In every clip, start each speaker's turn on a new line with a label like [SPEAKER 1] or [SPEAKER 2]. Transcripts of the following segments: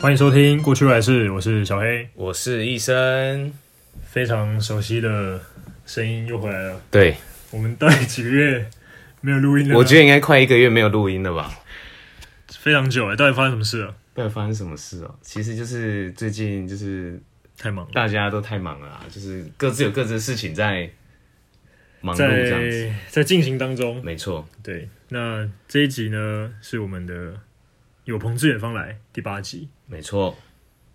[SPEAKER 1] 欢迎收听《过去未来事》，我是小黑。
[SPEAKER 2] 我是医生。
[SPEAKER 1] 非常熟悉的声音又回来了。
[SPEAKER 2] 对，
[SPEAKER 1] 我们到底几个月没有录音了呢？
[SPEAKER 2] 我觉得应该快一个月没有录音了吧？
[SPEAKER 1] 非常久了，欸到底发生什么事了？啊
[SPEAKER 2] 到底发生什么事哦、其实就是最近就是
[SPEAKER 1] 太忙了，
[SPEAKER 2] 大家都太忙了啊，就是各自有各自的事情在忙碌这样子。
[SPEAKER 1] 在在进行当中。
[SPEAKER 2] 没错，
[SPEAKER 1] 对，那这一集呢是我们的有朋自远方来第八集。
[SPEAKER 2] 没错。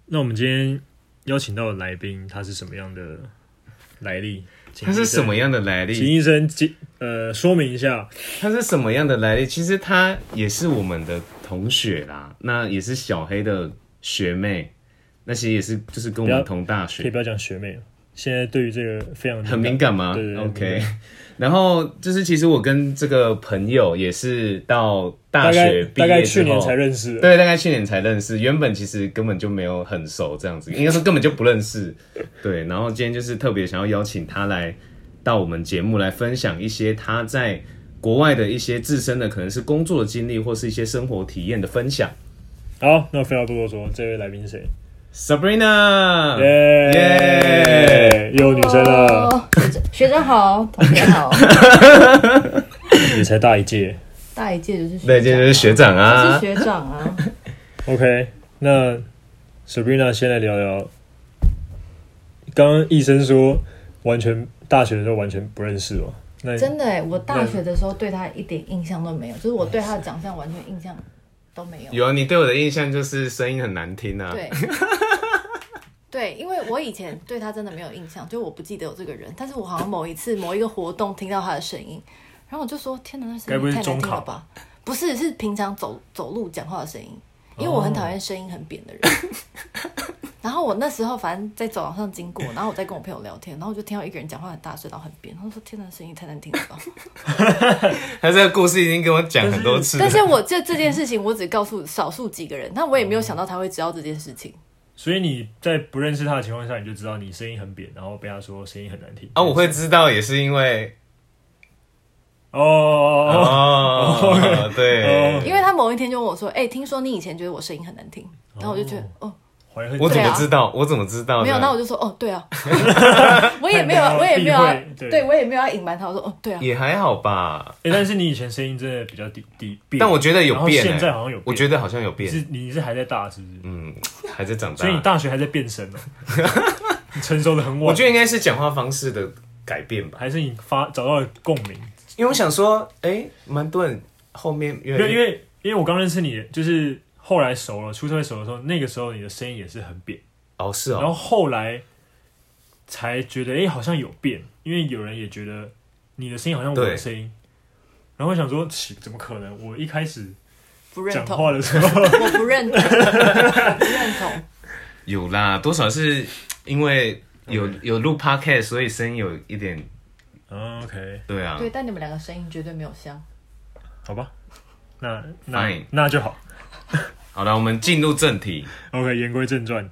[SPEAKER 1] 那我们今天邀请到的来宾，他是什么样的来历？
[SPEAKER 2] 他是什么
[SPEAKER 1] 样？
[SPEAKER 2] 样的来
[SPEAKER 1] 请
[SPEAKER 2] 历？
[SPEAKER 1] 医生解呃说明一下。
[SPEAKER 2] 他是什么样的来历？其实他也是我们的同学啦，那也是小黑的学妹，那些也是就是跟我
[SPEAKER 1] 不要
[SPEAKER 2] 们同大学
[SPEAKER 1] 可以。不要讲学妹了，现在对于这个非常
[SPEAKER 2] 很敏感吗
[SPEAKER 1] 对对对
[SPEAKER 2] o
[SPEAKER 1] 敏
[SPEAKER 2] k 然后就是，其实我跟这个朋友也是到大
[SPEAKER 1] 大概
[SPEAKER 2] 学毕
[SPEAKER 1] 大
[SPEAKER 2] 业
[SPEAKER 1] 概
[SPEAKER 2] 之
[SPEAKER 1] 去年
[SPEAKER 2] 后
[SPEAKER 1] 才认识的。
[SPEAKER 2] 对，大概去年才认识。原本其实根本就没有很熟，这样子，应该说根本就不认识。对，然后今天就是特别想要邀请他来到我们节目来分享一些他在国外的一些自身的可能是工作的经历，或是一些生活体验的分享。
[SPEAKER 1] 好，那废话不多说，这位来宾是谁？
[SPEAKER 2] Sabrina，
[SPEAKER 1] 耶、
[SPEAKER 2] 嗯耶
[SPEAKER 1] 又有女生啊了，
[SPEAKER 3] 哦学长学长好，同学 好，
[SPEAKER 1] 你才大一届。
[SPEAKER 3] 大一届就是学长
[SPEAKER 2] 对，今天就是学长
[SPEAKER 3] 我
[SPEAKER 2] 啊
[SPEAKER 3] 是。学长 啊，
[SPEAKER 1] OK，那 Sabrina 先来聊聊，刚刚医生说完全大学的时候完全不认识哦，那你
[SPEAKER 3] 真的哎，我大学的时候对他一点印象都没有，就是我对他的长相完全印象都没有。
[SPEAKER 2] 有啊，你对我的印象就是声音很难听啊。
[SPEAKER 3] 对，对，因为我以前对他真的没有印象，就我不记得有这个人，但是我好像某一次某一个活动听到他的声音，然后我就说：“天哪，那声
[SPEAKER 1] 该不会
[SPEAKER 3] 音
[SPEAKER 1] 是
[SPEAKER 3] 太难
[SPEAKER 1] 中
[SPEAKER 3] 听
[SPEAKER 1] 考
[SPEAKER 3] 了吧？”不是，是平常走走路讲话的声音，因为我很讨厌声音很扁的人。
[SPEAKER 1] 哦
[SPEAKER 3] 然后我那时候反正在走廊上经过，然后我在跟我朋友聊天，然后我就听到一个人讲话很大声，然后很扁，然后说：“天哪，声音太难听了 吧？”
[SPEAKER 2] 他这个故事已经跟我讲很多次了
[SPEAKER 3] 但是我这这件事情，我只告诉少数几个人，但我也没有想到他会知道这件事情。
[SPEAKER 1] 所以你在不认识他的情况下，你就知道你声音很扁，然后被他说声音很难听
[SPEAKER 2] 啊，我会知道也是因为
[SPEAKER 1] 哦
[SPEAKER 2] 啊
[SPEAKER 1] 哦
[SPEAKER 2] 哦，
[SPEAKER 1] 哦
[SPEAKER 2] 对，
[SPEAKER 3] 因为他某一天就问我说：“哎、听说你以前觉得我声音很难听。”然后我就觉得：“哦，
[SPEAKER 1] 怀恨
[SPEAKER 2] 我怎
[SPEAKER 3] 对
[SPEAKER 2] 么
[SPEAKER 3] 啊
[SPEAKER 2] 知道？我怎么知道呢？
[SPEAKER 3] 没有。”那我就说：“哦，对啊。”我也没有，我也没有要
[SPEAKER 1] 避讳，对
[SPEAKER 3] 对我也没有要隐瞒他。我说：“哦，对啊。
[SPEAKER 2] 也还好吧，
[SPEAKER 1] 哎、但是你以前声音真的比较低低扁，
[SPEAKER 2] 但我觉得有
[SPEAKER 1] 然后
[SPEAKER 2] 变欸。
[SPEAKER 1] 现在好像有变，
[SPEAKER 2] 我觉得好像有变，
[SPEAKER 1] 是你是还在大是不是？
[SPEAKER 2] 嗯，还在长大
[SPEAKER 1] 所以。你大学还在变声呢、 你成熟的很晚。
[SPEAKER 2] 我觉得应该是讲话方式的改变吧，
[SPEAKER 1] 还是你发找到了共鸣，
[SPEAKER 2] 因为我想说，哎，蛮多人后面越
[SPEAKER 1] 因
[SPEAKER 2] 来
[SPEAKER 1] 为因
[SPEAKER 2] 越
[SPEAKER 1] 为因为我刚认识你，就是后来熟了，出社会熟的时候，那个时候你的声音也是很扁，
[SPEAKER 2] 哦是
[SPEAKER 1] 然后
[SPEAKER 2] 哦，
[SPEAKER 1] 后来才觉得哎、诶好像有变，因为有人也觉得你的声音好像我的
[SPEAKER 2] 对
[SPEAKER 1] 声音，然后我想说奇怎么可能？我一开始
[SPEAKER 3] 不认
[SPEAKER 1] 讲
[SPEAKER 3] 同，
[SPEAKER 1] 话的时候，
[SPEAKER 3] 我不认同，我不认同。
[SPEAKER 2] 有啦，多少是因为有有录 podcast，所以声音有一点
[SPEAKER 1] 嗯，OK，
[SPEAKER 2] 对啊
[SPEAKER 3] 对，，但你们两个声音绝对没有像。
[SPEAKER 1] 好吧，那那
[SPEAKER 2] Fine
[SPEAKER 1] 那就好。
[SPEAKER 2] 好了，我们进入正题。
[SPEAKER 1] OK，言归正传，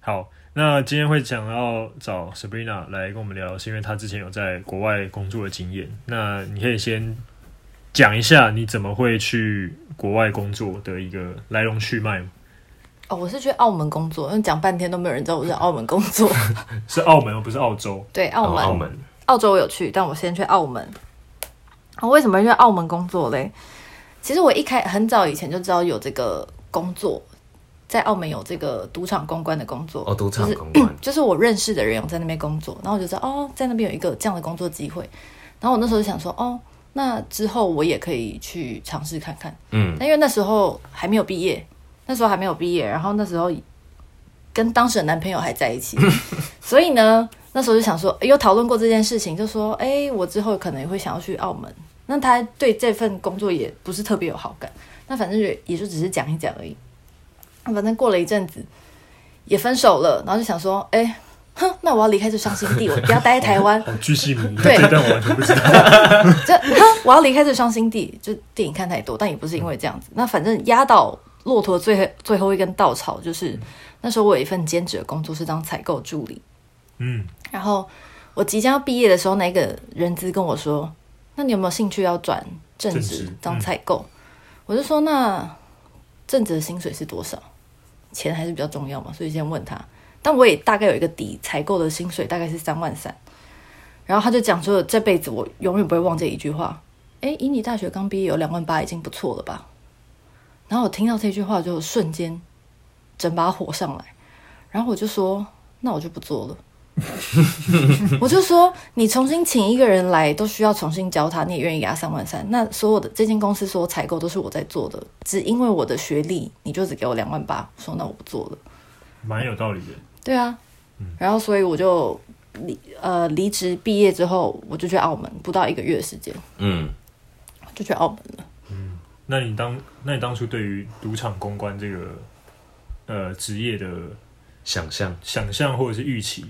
[SPEAKER 1] 好，那今天会想要找 Sabrina 来跟我们聊，是因为她之前有在国外工作的经验。那你可以先讲一下你怎么会去国外工作的一个来龙去脉吗，
[SPEAKER 3] 哦，我是去澳门工作，因为讲半天都没有人知道我是澳门工作。
[SPEAKER 1] 是澳门而不是澳洲。
[SPEAKER 3] 对，澳
[SPEAKER 2] 哦
[SPEAKER 3] 门，
[SPEAKER 2] 澳门，
[SPEAKER 3] 澳洲我有去，但我先去澳门。我、为什么会去澳门工作嘞？其实我一开很早以前就知道有这个工作，在澳门有这个赌场公关的工作。
[SPEAKER 2] 哦，赌
[SPEAKER 3] 就
[SPEAKER 2] 场
[SPEAKER 3] 是
[SPEAKER 2] 公关，
[SPEAKER 3] 就是我认识的人有在那边工作，然后我就知道哦，在那边有一个这样的工作机会。然后我那时候就想说，哦，那之后我也可以去尝试看看。
[SPEAKER 2] 嗯，
[SPEAKER 3] 但因为那时候还没有毕业，那时候还没有毕业，然后那时候跟当时的男朋友还在一起，所以呢，那时候就想说，诶有讨论过这件事情，就说，哎、我之后可能也会想要去澳门。那他对这份工作也不是特别有好感，那反正也也就只是讲一讲而已。反正过了一阵子，也分手了，然后就想说，哎、哼，那我要离开这伤心地，我不要待在台湾。
[SPEAKER 1] 好哦巨细迷，
[SPEAKER 3] 对
[SPEAKER 1] 这段我完全不知道。
[SPEAKER 3] 就哼我要离开这伤心地，就电影看太多，但也不是因为这样子。那反正压倒骆驼最后最后一根稻草，就是那时候我有一份兼职的工作是当采购助理，
[SPEAKER 1] 嗯，
[SPEAKER 3] 然后我即将要毕业的时候，那个人资跟我说：“那你有没有兴趣要转正
[SPEAKER 1] 正
[SPEAKER 3] 职嗯
[SPEAKER 1] 职
[SPEAKER 3] 当采购？”我就说：“那正职的薪水是多少？”钱还是比较重要嘛，所以先问他。但我也大概有一个底，采购的薪水大概是三万三。然后他就讲说，这辈子我永远不会忘这一句话。哎，以你大学刚毕业有两万八已经不错了吧？然后我听到这句话就瞬间整把火上来，然后我就说，那我就不做了。我就说，你重新请一个人来，都需要重新教他，你也愿意给他三万三。那所有的这间公司所有采购都是我在做的，只因为我的学历，你就只给我两万八。我说那我不做了。
[SPEAKER 1] 蛮有道理的。
[SPEAKER 3] 对啊，
[SPEAKER 1] 嗯
[SPEAKER 3] 然后所以我就离呃离职毕业之后，我就去澳门，不到一个月的时间
[SPEAKER 2] 嗯，
[SPEAKER 3] 就去澳门了。
[SPEAKER 1] 那你当那你当初对于赌场公关这个呃职业的
[SPEAKER 2] 想象，
[SPEAKER 1] 想象或者是预期，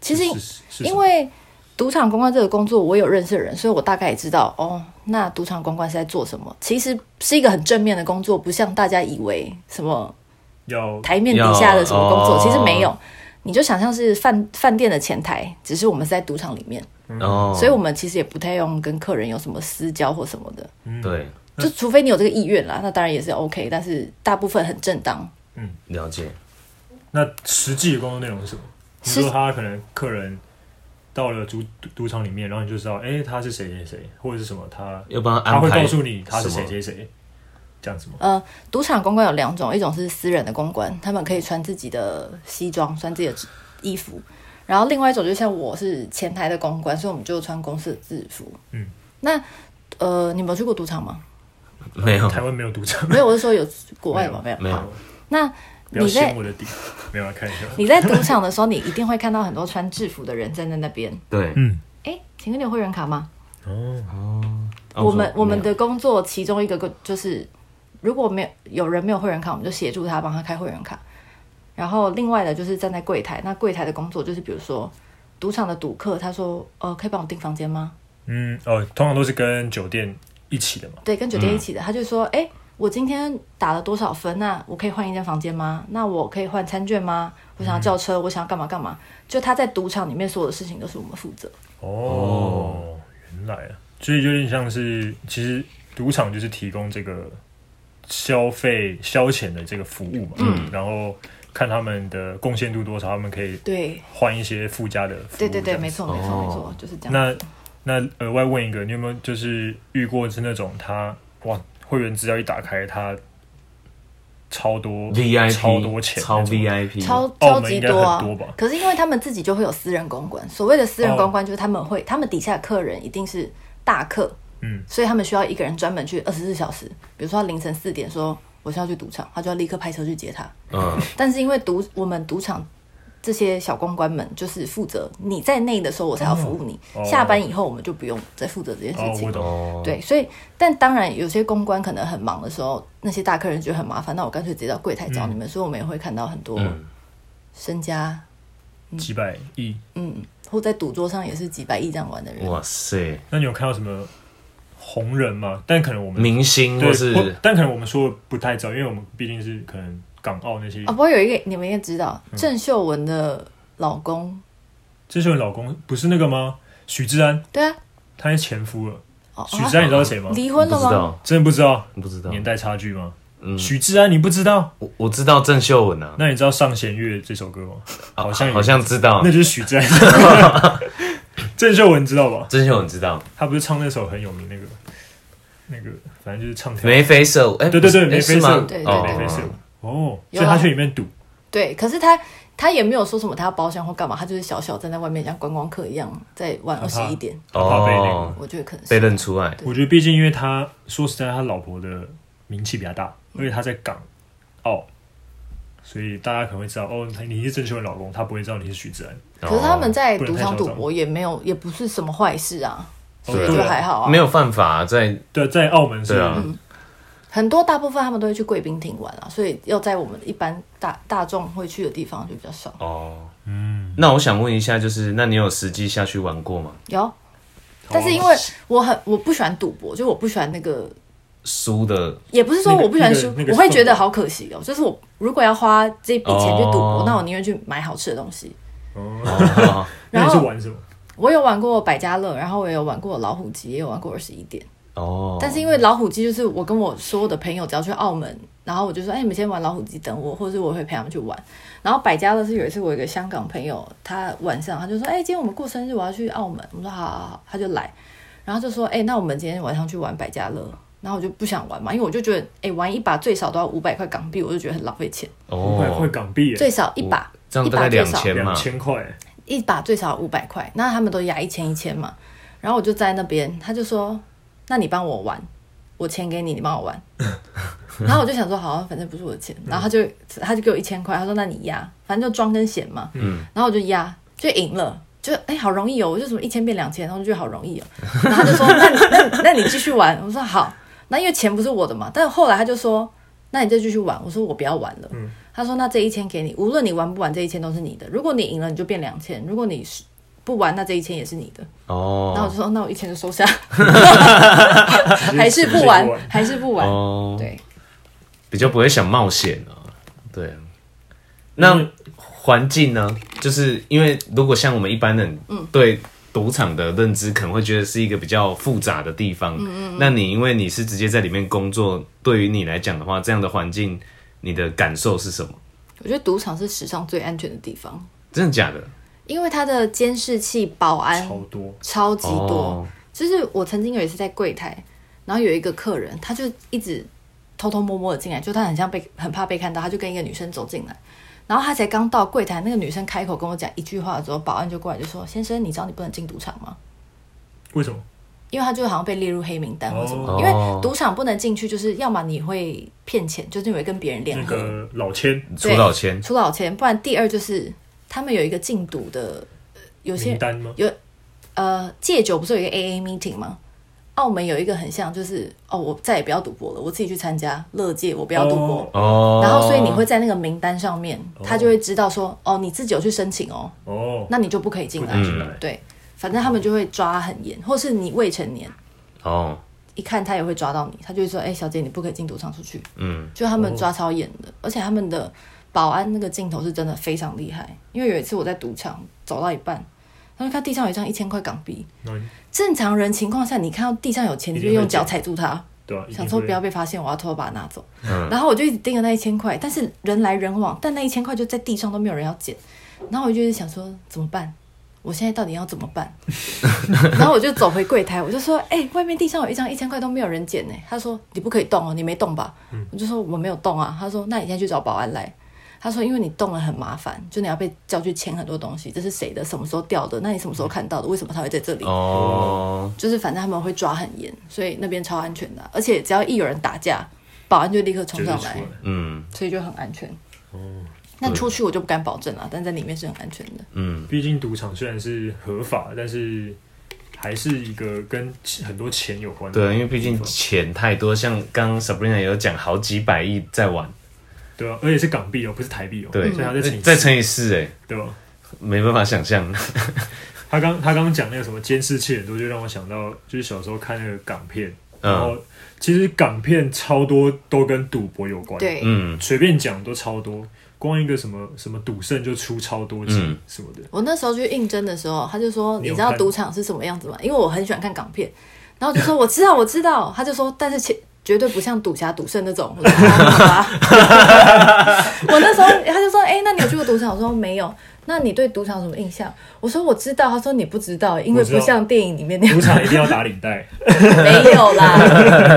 [SPEAKER 3] 其实
[SPEAKER 1] 是是是什么
[SPEAKER 3] 因为赌场公关这个工作，我有认识的人，所以我大概也知道哦，那赌场公关是在做什么。其实是一个很正面的工作，不像大家以为什么
[SPEAKER 1] 要
[SPEAKER 3] 台面底下的什么工作，
[SPEAKER 2] 要哦
[SPEAKER 3] 其实没有。你就想象是饭饭店的前台，只是我们是在赌场里面，
[SPEAKER 1] 嗯
[SPEAKER 2] 哦，
[SPEAKER 3] 所以我们其实也不太用跟客人有什么私交或什么的。
[SPEAKER 2] 对
[SPEAKER 3] 就除非你有这个意愿啦，那当然也是 OK，但是大部分很正当。
[SPEAKER 2] 了解，
[SPEAKER 1] 那实际的工作内容是什么？你
[SPEAKER 3] 实
[SPEAKER 1] 说他可能客人到了赌赌赌场里面，然后你就知道，哎、他是谁谁谁，或者是什么，他
[SPEAKER 2] 要帮他
[SPEAKER 1] 他
[SPEAKER 2] 安
[SPEAKER 1] 会
[SPEAKER 2] 排，
[SPEAKER 1] 告诉你他是
[SPEAKER 2] 什
[SPEAKER 1] 谁
[SPEAKER 2] 么
[SPEAKER 1] 谁谁，这样子吗？
[SPEAKER 3] 呃，赌场公关有两种，一种是私人的公关，他们可以穿自己的西装，穿自己的衣服；然后另外一种就像我是前台的公关，所以我们就穿公司的制服。
[SPEAKER 1] 嗯，
[SPEAKER 3] 那呃，你们有去过赌场吗？
[SPEAKER 2] 没有
[SPEAKER 1] 台湾没有赌场，
[SPEAKER 3] 没有，我是说有国外吗？没有。
[SPEAKER 2] 没有，
[SPEAKER 3] 那
[SPEAKER 1] 不要
[SPEAKER 3] 你在
[SPEAKER 1] 掀我的底，没有啊，看一下。
[SPEAKER 3] 你在赌场的时候，你一定会看到很多穿制服的人站在那边。
[SPEAKER 2] 对，
[SPEAKER 1] 嗯，
[SPEAKER 3] 哎，请问你有会员卡吗？
[SPEAKER 1] 哦，
[SPEAKER 2] 哦
[SPEAKER 3] 我们我们
[SPEAKER 2] 没有
[SPEAKER 3] 的工作其中一个个就是，如果没有有人没有会员卡，我们就协助他帮他开会员卡。然后另外的就是站在柜台，那柜台的工作就是比如说赌场的赌客，他说呃可以帮我订房间吗？
[SPEAKER 1] 嗯，哦，通常都是跟酒店一起的嘛。
[SPEAKER 3] 对，跟酒店一
[SPEAKER 2] 嗯
[SPEAKER 3] 起的，他就说哎、诶我今天打了多少分？那我可以换一间房间吗？那我可以换餐券吗？我
[SPEAKER 2] 嗯
[SPEAKER 3] 想要叫车，我想要干嘛干嘛？就他在赌场里面所有的事情都是我们负责。
[SPEAKER 1] 哦，原来啊，所以就有点像是，其实赌场就是提供这个消费消遣的这个服务嘛，嗯，然后看他们的贡献度多少，他们可以
[SPEAKER 3] 对，
[SPEAKER 1] 换一些附加的服务，
[SPEAKER 3] 对对
[SPEAKER 1] 这
[SPEAKER 3] 对，
[SPEAKER 1] 样子
[SPEAKER 3] 没错没错
[SPEAKER 2] 哦
[SPEAKER 3] 没错，就是这样。
[SPEAKER 1] 那那额外问一个，你有没有就是遇过是那种他哇会员资料一打开，他超多
[SPEAKER 2] VIP
[SPEAKER 1] 超多钱那
[SPEAKER 2] 超
[SPEAKER 1] 种，
[SPEAKER 2] VIP，
[SPEAKER 3] 超
[SPEAKER 1] 澳
[SPEAKER 3] 超
[SPEAKER 1] 门应
[SPEAKER 3] 级
[SPEAKER 1] 该
[SPEAKER 3] 多啊！
[SPEAKER 1] 很多吧
[SPEAKER 3] 可是因为他们自己就会有私人公关，所谓的私人
[SPEAKER 1] 哦
[SPEAKER 3] 公关就是他们会，他们底下的客人一定是大客，
[SPEAKER 1] 嗯，
[SPEAKER 3] 所以他们需要一个人专门去二十四小时，比如说他凌晨四点说我是要去赌场，他就要立刻派车去接他。
[SPEAKER 2] 嗯，
[SPEAKER 3] 但是因为赌我们赌场这些小公关们就是负责你在内的时候我才要服务你，
[SPEAKER 1] 哦
[SPEAKER 3] 下班以后我们就不用再负责这件事
[SPEAKER 1] 哦，
[SPEAKER 3] 情。
[SPEAKER 1] 我懂，
[SPEAKER 2] 哦，
[SPEAKER 3] 对，所以但当然有些公关可能很忙的时候，那些大客人觉得很麻烦，那我干脆直接到柜台找你
[SPEAKER 1] 嗯
[SPEAKER 3] 们，所以我们也会看到很多
[SPEAKER 2] 嗯
[SPEAKER 3] 身家，
[SPEAKER 1] 几百亿。
[SPEAKER 3] 嗯或在赌桌上也是几百亿这样玩的人，
[SPEAKER 2] 哇塞，
[SPEAKER 1] 那你有看到什么红人吗？但可能我们
[SPEAKER 2] 明星
[SPEAKER 1] 对
[SPEAKER 2] 或
[SPEAKER 1] 不
[SPEAKER 2] 是
[SPEAKER 1] 但可能我们说的不太早，因为我们毕竟是可能港澳那些
[SPEAKER 3] 啊，，不过有一个你们应该知道，
[SPEAKER 1] 嗯
[SPEAKER 3] 郑秀文的老公，
[SPEAKER 1] 这是我老公不是那个吗？许志安，
[SPEAKER 3] 对啊，
[SPEAKER 1] 他是前夫了。
[SPEAKER 3] 哦，
[SPEAKER 1] 许
[SPEAKER 3] 啊
[SPEAKER 1] 志安你知道是谁吗？
[SPEAKER 3] 离
[SPEAKER 2] 不
[SPEAKER 3] 婚
[SPEAKER 2] 知
[SPEAKER 3] 了吗？
[SPEAKER 2] 道，
[SPEAKER 1] 真的不知道
[SPEAKER 2] 不知
[SPEAKER 1] 啊
[SPEAKER 2] 道，
[SPEAKER 1] 年代差距吗？
[SPEAKER 2] 嗯，
[SPEAKER 1] 许志安你不知道？
[SPEAKER 2] 我我知道郑秀文啊，
[SPEAKER 1] 那你知道《上弦月》这首歌吗？好像有
[SPEAKER 2] 好像知道
[SPEAKER 1] 那，就是许志安。 郑秀文知道吧？
[SPEAKER 2] 郑秀文知道，
[SPEAKER 1] 他不是唱那首很有名那个那个，反正就是唱跳。
[SPEAKER 2] 眉飞色舞，哎，
[SPEAKER 1] 对对对，
[SPEAKER 2] 不
[SPEAKER 1] 眉
[SPEAKER 2] 是
[SPEAKER 1] 飞
[SPEAKER 2] 是
[SPEAKER 1] 色
[SPEAKER 2] 吗
[SPEAKER 1] 舞，
[SPEAKER 3] 对对
[SPEAKER 2] 哦
[SPEAKER 3] 对
[SPEAKER 1] 眉飞色舞。哦，
[SPEAKER 3] 有
[SPEAKER 1] 所
[SPEAKER 3] 啊
[SPEAKER 1] 以他去里面赌，
[SPEAKER 3] 对，可是他他也没有说什么他要包厢或干嘛，他就是小小站在外面像观光客一样在玩二
[SPEAKER 1] 很
[SPEAKER 3] 十
[SPEAKER 1] 怕
[SPEAKER 3] 一点，
[SPEAKER 1] 他怕啊被那个
[SPEAKER 2] 哦。
[SPEAKER 3] 我觉得可能
[SPEAKER 2] 被
[SPEAKER 3] 是
[SPEAKER 2] 认出来，
[SPEAKER 1] 我觉得，毕竟因为他说实在，他老婆的名气比较大，
[SPEAKER 3] 嗯
[SPEAKER 1] 而且他在港澳，所以大家可能会知道哦，你是郑秀文老公，他不会知道你是许志安。
[SPEAKER 2] 哦
[SPEAKER 3] 可是他们在
[SPEAKER 1] 哦不能
[SPEAKER 3] 赌
[SPEAKER 1] 太
[SPEAKER 3] 场
[SPEAKER 1] 嚣
[SPEAKER 3] 赌
[SPEAKER 1] 张
[SPEAKER 3] 博也没有，也不是什么坏事啊，
[SPEAKER 1] 哦
[SPEAKER 2] 对啊
[SPEAKER 3] 就
[SPEAKER 1] 对
[SPEAKER 3] 还
[SPEAKER 1] 啊，
[SPEAKER 3] 好啊。
[SPEAKER 2] 没有犯法，在
[SPEAKER 1] 对，在澳门是
[SPEAKER 2] 对啊，
[SPEAKER 3] 很多大部分他们都会去贵宾厅玩啊，所以要在我们一般大大众会去的地方就比较少。
[SPEAKER 2] 哦，
[SPEAKER 1] 嗯，
[SPEAKER 2] 那我想问一下，就是那你有实际下去玩过吗？
[SPEAKER 3] 有，但是因
[SPEAKER 1] 哦
[SPEAKER 3] 为我很我不喜欢赌博，就我不喜欢那个，
[SPEAKER 2] 输的
[SPEAKER 3] 也不是说
[SPEAKER 1] 那个
[SPEAKER 3] 我不喜欢输，
[SPEAKER 1] 那个那个
[SPEAKER 3] 我会觉
[SPEAKER 1] 氛
[SPEAKER 3] 得
[SPEAKER 1] 围
[SPEAKER 3] 好可惜哦。就是我如果要花这笔钱去赌博，
[SPEAKER 2] 哦
[SPEAKER 3] 那我宁愿去买好吃的东西。
[SPEAKER 1] 哦，
[SPEAKER 2] 哦，
[SPEAKER 1] 那
[SPEAKER 3] 然
[SPEAKER 1] 你是
[SPEAKER 3] 后
[SPEAKER 1] 玩什么？
[SPEAKER 3] 我有玩过百家乐，然后我也有玩过老虎机，也有玩过二十一点。
[SPEAKER 2] 哦，
[SPEAKER 3] 但是因为老虎机就是我跟我所有的朋友，只要去澳门，然后我就说，哎、你们先玩老虎机等我，或者是我会陪他们去玩。然后百家乐是有一次我有一个香港朋友，他晚上他就说，哎、今天我们过生日，我要去澳门。我说好好好，他就来，然后就说，哎、那我们今天晚上去玩百家乐。然后我就不想玩嘛，因为我就觉得，哎、玩一把最少都要五百块港币，我就觉得很浪费钱，
[SPEAKER 1] 五百块
[SPEAKER 2] 哦，
[SPEAKER 1] 港币耶，
[SPEAKER 3] 最少一把，
[SPEAKER 2] 这样
[SPEAKER 3] 一
[SPEAKER 2] 大概
[SPEAKER 3] 把最
[SPEAKER 2] 两
[SPEAKER 3] 少
[SPEAKER 2] 千嘛
[SPEAKER 1] 两，千块耶，
[SPEAKER 3] 一把最少五百块，那他们都压一千一千嘛。然后我就在那边，他就说：“那你帮我玩，我钱给你，你帮我玩。”然后我就想说，好，啊反正不是我的钱。然后他就他就给我一千块，他说：“那你压，反正就装跟闲嘛。”嗯。然后我就压，就赢了。就哎、好容易哦！我就怎么一千变两千，然后就觉得好容易哦。然后他就说：“那你那你那你继续玩。”我说：“好。”那因为钱不是我的嘛，但后来他就说：“那你就继续玩。”我说：“我不要玩了。他说：“那这一千给你，无论你玩不玩，这一千都是你的。如果你赢了，你就变两千；如果你是不玩，那这一千也是你的。”然后我
[SPEAKER 2] 哦
[SPEAKER 3] 就说：“那我一千就收下，还是不玩
[SPEAKER 1] 直接不玩，
[SPEAKER 3] 还是不玩。
[SPEAKER 2] 哦，
[SPEAKER 3] 对，
[SPEAKER 2] 比较不会想冒险啊。对，那环境呢？就是因为如果像我们一般人，
[SPEAKER 3] 嗯
[SPEAKER 2] 对赌场的认知可能会觉得是一个比较复杂的地
[SPEAKER 3] 嗯
[SPEAKER 2] 方。那你因为你是直接在里面工作，对于你来讲的话，这样的环境，你的感受是什么？
[SPEAKER 3] 我觉得赌场是史上最安全的地方，
[SPEAKER 2] 真的假的？
[SPEAKER 3] 因为它的监视器、保安
[SPEAKER 1] 超多，
[SPEAKER 3] 超级多。
[SPEAKER 2] 哦
[SPEAKER 3] 就是我曾经有一次在柜台，然后有一个客人，他就一直偷偷摸摸的进来，就他很像被很怕被看到，他就跟一个女生走进来，然后他才刚到柜台，那个女生开口跟我讲一句话的时候，保安就过来就说：“先生，你知道你不能进赌场吗
[SPEAKER 1] 为什么？？”
[SPEAKER 3] 因为他就好像被列入黑名单或什么
[SPEAKER 2] 哦
[SPEAKER 3] 因为赌场不能进去，就是要么你会骗钱，就是因为跟别人联
[SPEAKER 1] 那
[SPEAKER 3] 合，
[SPEAKER 1] 个老千
[SPEAKER 2] 出老千
[SPEAKER 3] 出老千；不然第二就是他们有一个禁赌的，呃有些
[SPEAKER 1] 名单吗？
[SPEAKER 3] 呃，戒酒不是有一个 AA meeting 吗？澳门有一个很像，就是哦，我再也不要赌博了，我自己去参加乐戒，我不要赌博。
[SPEAKER 1] 哦
[SPEAKER 2] 哦，
[SPEAKER 3] 然后，所以你会在那个名单上面，他就会知道说，哦，你自己有去申请哦，
[SPEAKER 1] 哦，
[SPEAKER 3] 那你就不可以进来。
[SPEAKER 1] 不能进来
[SPEAKER 3] 对，反正他们就会抓很严，或是你未成年，
[SPEAKER 2] 哦，
[SPEAKER 3] 一看他也会抓到你，他就会说，哎、小姐，你不可以进赌场出去。
[SPEAKER 2] 嗯，
[SPEAKER 3] 就他们抓超严的，而且他们的保安那个镜头是真的非常厉害。因为有一次我在赌场走到一半，然后看地上有一张一千块港币，
[SPEAKER 1] 那你
[SPEAKER 3] 正常人情况下，你看到地上有钱，你
[SPEAKER 1] 一
[SPEAKER 3] 就
[SPEAKER 1] 定会
[SPEAKER 3] 用脚踩住它，
[SPEAKER 1] 对啊，一定
[SPEAKER 3] 想说
[SPEAKER 1] 会
[SPEAKER 3] 不要被发现，我要偷偷把它拿走。
[SPEAKER 2] 嗯
[SPEAKER 3] 然后我就一直盯着那一千块，但是人来人往，但那一千块就在地上都没有人要捡。然后我就想说怎么办？我现在到底要怎么 办？然后我就走回柜台，我就说：“哎、外面地上有一张一千块都没有人捡呢。”他说：“你不可以动哦，你没动吧？”我就说：“我没有动啊。”他说：“那你现在去找保安来。”他说：“因为你动了很麻烦，就你要被叫去签很多东西，这是谁的？什么时候掉的？那你什么时候看到的？为什么他会在这里？”
[SPEAKER 2] 哦，
[SPEAKER 3] 就是反正他们会抓很严，所以那边超安全的啊、而且只要一有人打架，保安就立刻冲
[SPEAKER 1] 绝对
[SPEAKER 3] 上
[SPEAKER 1] 出
[SPEAKER 3] 来
[SPEAKER 1] 来，，
[SPEAKER 2] 嗯
[SPEAKER 3] 所以就很安全。那出去我就不敢保证了，但在里面是很安全的。
[SPEAKER 2] 嗯，
[SPEAKER 1] 毕竟赌场虽然是合法，但是还是一个跟很多钱有关的。
[SPEAKER 2] 对，因为毕竟钱太多，像刚刚 Sabrina 有讲好几百亿在玩，
[SPEAKER 1] 对啊，而且是港币哦，不是台币哦。
[SPEAKER 2] 对，
[SPEAKER 1] 所以他在请
[SPEAKER 2] 再乘以四，哎，
[SPEAKER 1] 对吧？
[SPEAKER 2] 没办法想象。
[SPEAKER 1] 他刚他刚刚讲那个什么监视器很多，就让我想到就是小时候看那个港片，然
[SPEAKER 2] 嗯
[SPEAKER 1] 后其实港片超多都跟赌博有关。，
[SPEAKER 3] 对，
[SPEAKER 2] 嗯，
[SPEAKER 1] 随便讲都超多，光一个什么什么赌圣就出超多集
[SPEAKER 2] 嗯
[SPEAKER 1] 什么的。
[SPEAKER 3] 我那时候去应征的时候，他就说：“
[SPEAKER 1] 你
[SPEAKER 3] 你
[SPEAKER 1] 有
[SPEAKER 3] 知道
[SPEAKER 1] 看
[SPEAKER 3] 赌场是什么样子吗？”因为我很喜欢看港片，然后我就说：“我知道，我知道。”他就说：“但是其绝对不像赌侠、赌圣那 种。我说啊”我那时候他就说：“哎、那你有去过赌场？”我说：“没有。”那你对赌场有什么印象？我说：“我知道。”他说：“你不知道，因为
[SPEAKER 1] 我知道
[SPEAKER 3] 不像电影里面那样
[SPEAKER 1] 赌。”场一定要打领带，
[SPEAKER 3] 没有啦，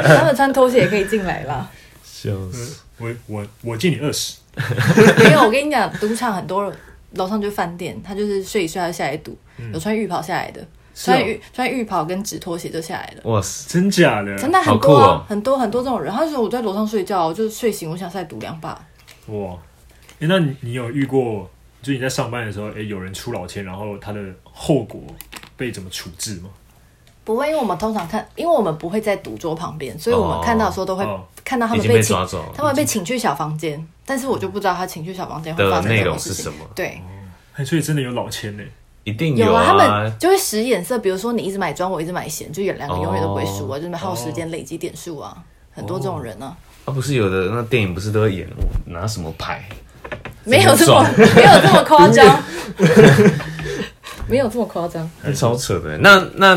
[SPEAKER 3] 他们穿拖鞋也可以进来啦。
[SPEAKER 2] 笑死，
[SPEAKER 1] 我我我借你二十，
[SPEAKER 3] 没有，我跟你讲，赌场很多人楼上就是饭店，他就是睡一睡他就下来赌，
[SPEAKER 2] 嗯
[SPEAKER 3] 有穿浴袍下来的，
[SPEAKER 1] 哦
[SPEAKER 3] 穿浴穿浴袍跟直拖鞋就下来了。
[SPEAKER 2] 哇塞，
[SPEAKER 1] 真假的？
[SPEAKER 3] 真的
[SPEAKER 2] 好
[SPEAKER 3] 很多、啊
[SPEAKER 2] 酷哦
[SPEAKER 3] 很多很多这种人。他就说我在楼上睡觉，我就睡醒，我想再赌两把。
[SPEAKER 1] 哇！诶那你你有遇过，就你在上班的时候，哎、有人出老千，然后他的后果被怎么处置吗？
[SPEAKER 3] 不会，因为我们通常看，因为我们不会在赌桌旁边，所以我们
[SPEAKER 2] 哦
[SPEAKER 3] 看到的时候都会、
[SPEAKER 1] 哦
[SPEAKER 3] 看到他
[SPEAKER 2] 已
[SPEAKER 3] 们
[SPEAKER 2] 经被
[SPEAKER 3] 请
[SPEAKER 2] 抓走了
[SPEAKER 3] 他们被请去小房间，但是我就不知道他请去小房间会
[SPEAKER 2] 的
[SPEAKER 3] 发生
[SPEAKER 2] 内
[SPEAKER 3] 什
[SPEAKER 2] 容
[SPEAKER 3] 么事
[SPEAKER 2] 是
[SPEAKER 3] 情
[SPEAKER 2] 什。么？
[SPEAKER 3] 对，
[SPEAKER 1] 诶所以真的有老千呢、
[SPEAKER 2] 一定
[SPEAKER 3] 有
[SPEAKER 2] 啊，
[SPEAKER 3] 他们就会使眼色，比如说你一直买庄，我一直买咸，就有两个永远都不会输啊，就是耗时间累积点数啊，很多这种人啊，
[SPEAKER 2] 啊，不是有的那电影不是都会演我拿什么牌？
[SPEAKER 3] 没有这么 没有这么夸 张，没有这么夸张。
[SPEAKER 2] 超扯的。那那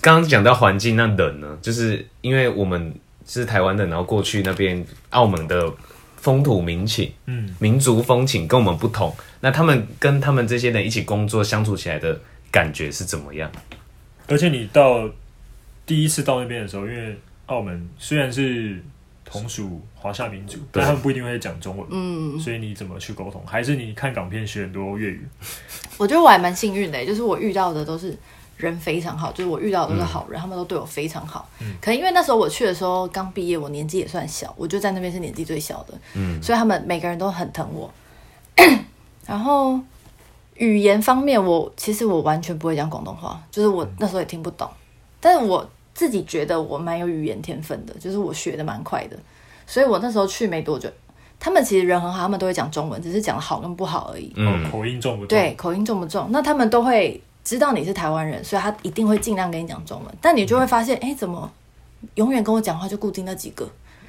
[SPEAKER 2] 刚刚讲到环境，那人呢？就是因为我们是台湾人，然后过去那边澳门的风土民情，嗯，民族风情跟我们不同，那他们跟他们这些人一起工作相处起来的感觉是怎么样？
[SPEAKER 1] 而且你到第一次到那边的时候，因为澳门虽然是同属华夏民族，但他们不一定会讲中文，嗯，所以你怎么去沟通？还是你看港片学很多粤语？
[SPEAKER 3] 我觉得我还蛮幸运的，欸就是我遇到的都是人非常好，就是我遇到的都是好人，他们都对我非常好。可能因为那时候我去的时候刚毕业，我年纪也算小，我就在那边是年纪最小的，所以他们每个人都很疼我。 然后语言方面我，其实我完全不会讲广东话，就是我那时候也听不懂，但是我自己觉得我蛮有语言天分的，就是我学的蛮快的，所以我那时候去没多久。他们其实人很好，他们都会讲中文，只是讲的好跟不好而已。
[SPEAKER 1] 嗯，口音重不重？
[SPEAKER 3] 对，口音重不重？那他们都会知道你是台湾人，所以他一定会尽量跟你讲中文。但你就会发现，哎、怎么永远跟我讲话就固定那几个？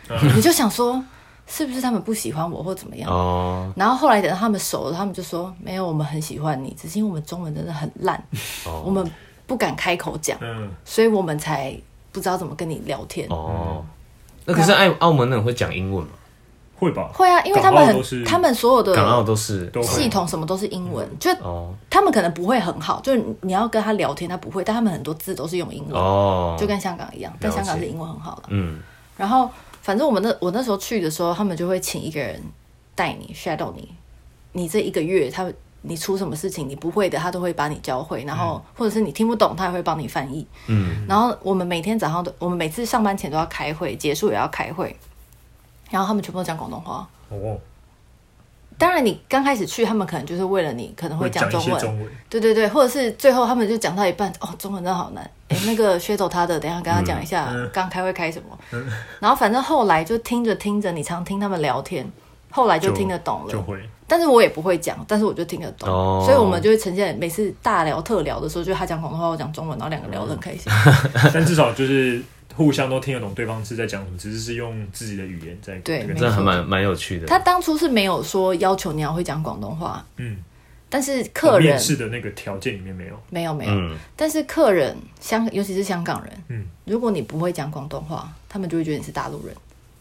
[SPEAKER 1] 嗯
[SPEAKER 3] 你就想说，是不是他们不喜欢我或怎么样？
[SPEAKER 2] 哦
[SPEAKER 3] 然后后来等到他们熟了，他们就说没有，我们很喜欢你，只是因为我们中文真的很烂，
[SPEAKER 1] 哦
[SPEAKER 3] 我们不敢开口讲，
[SPEAKER 1] 嗯，
[SPEAKER 3] 所以我们才不知道怎么跟你聊天。
[SPEAKER 2] 哦，那可是澳澳门人会讲英文吗？
[SPEAKER 1] 会吧？
[SPEAKER 3] 会啊，因为他们
[SPEAKER 1] 港澳都是
[SPEAKER 3] 很，他们所有
[SPEAKER 2] 港澳
[SPEAKER 3] 的
[SPEAKER 2] 都是
[SPEAKER 1] 都会
[SPEAKER 3] 系统什么都是英文，就
[SPEAKER 2] 哦
[SPEAKER 3] 他们可能不会很好，就是你要跟他聊天，他不会，但他们很多字都是用英文，
[SPEAKER 2] 哦，
[SPEAKER 3] 就跟香港一样，但香港是英文很好了。
[SPEAKER 2] 嗯
[SPEAKER 3] 然后反正我们那我那时候去的时候，他们就会请一个人带你 shadow 你，你这一个月他你出什么事情你不会的，他都会把你教会，然后、或者是你听不懂，他也会帮你翻译。
[SPEAKER 2] 嗯，
[SPEAKER 3] 然后我们每天早上都，我们每次上班前都要开会，结束也要开会，然后他们全部都讲广东话。
[SPEAKER 1] 哦，
[SPEAKER 3] 当然，你刚开始去，他们可能就是为了你，可能会讲
[SPEAKER 1] 讲一
[SPEAKER 3] 中
[SPEAKER 1] 些
[SPEAKER 3] 文，
[SPEAKER 1] 中文，
[SPEAKER 3] 对对对，或者是最后他们就讲到一半，哦，中文真的好 难。哎，那个 shadow 他的，等一下跟他讲一下，
[SPEAKER 1] 嗯
[SPEAKER 3] 刚开会开什么。然后反正后来就听着听着，你常听他们聊天，后来就听得懂
[SPEAKER 1] 就
[SPEAKER 3] 了。
[SPEAKER 1] 会。
[SPEAKER 3] 但是我也不会讲，但是我就听得懂，
[SPEAKER 2] 哦
[SPEAKER 3] 所以我们就会呈现每次大聊特聊的时候，就他讲广东话，我讲中文，然后两个聊得很开
[SPEAKER 1] 嗯
[SPEAKER 3] 心。
[SPEAKER 1] 但至少就是互相都听得懂对方是在讲什么，只是是用自己的语言在
[SPEAKER 3] 对
[SPEAKER 1] 跟
[SPEAKER 3] 没
[SPEAKER 2] 真的还蛮蛮有趣的。
[SPEAKER 3] 他当初是没有说要求你要会讲广东话，
[SPEAKER 1] 嗯，
[SPEAKER 3] 但是客人
[SPEAKER 1] 哦面试的那个条件里面没有，
[SPEAKER 3] 没有没有，
[SPEAKER 2] 嗯
[SPEAKER 3] 但是客人香，尤其是香港人，
[SPEAKER 1] 嗯
[SPEAKER 3] 如果你不会讲广东话，他们就会觉得你是大陆人。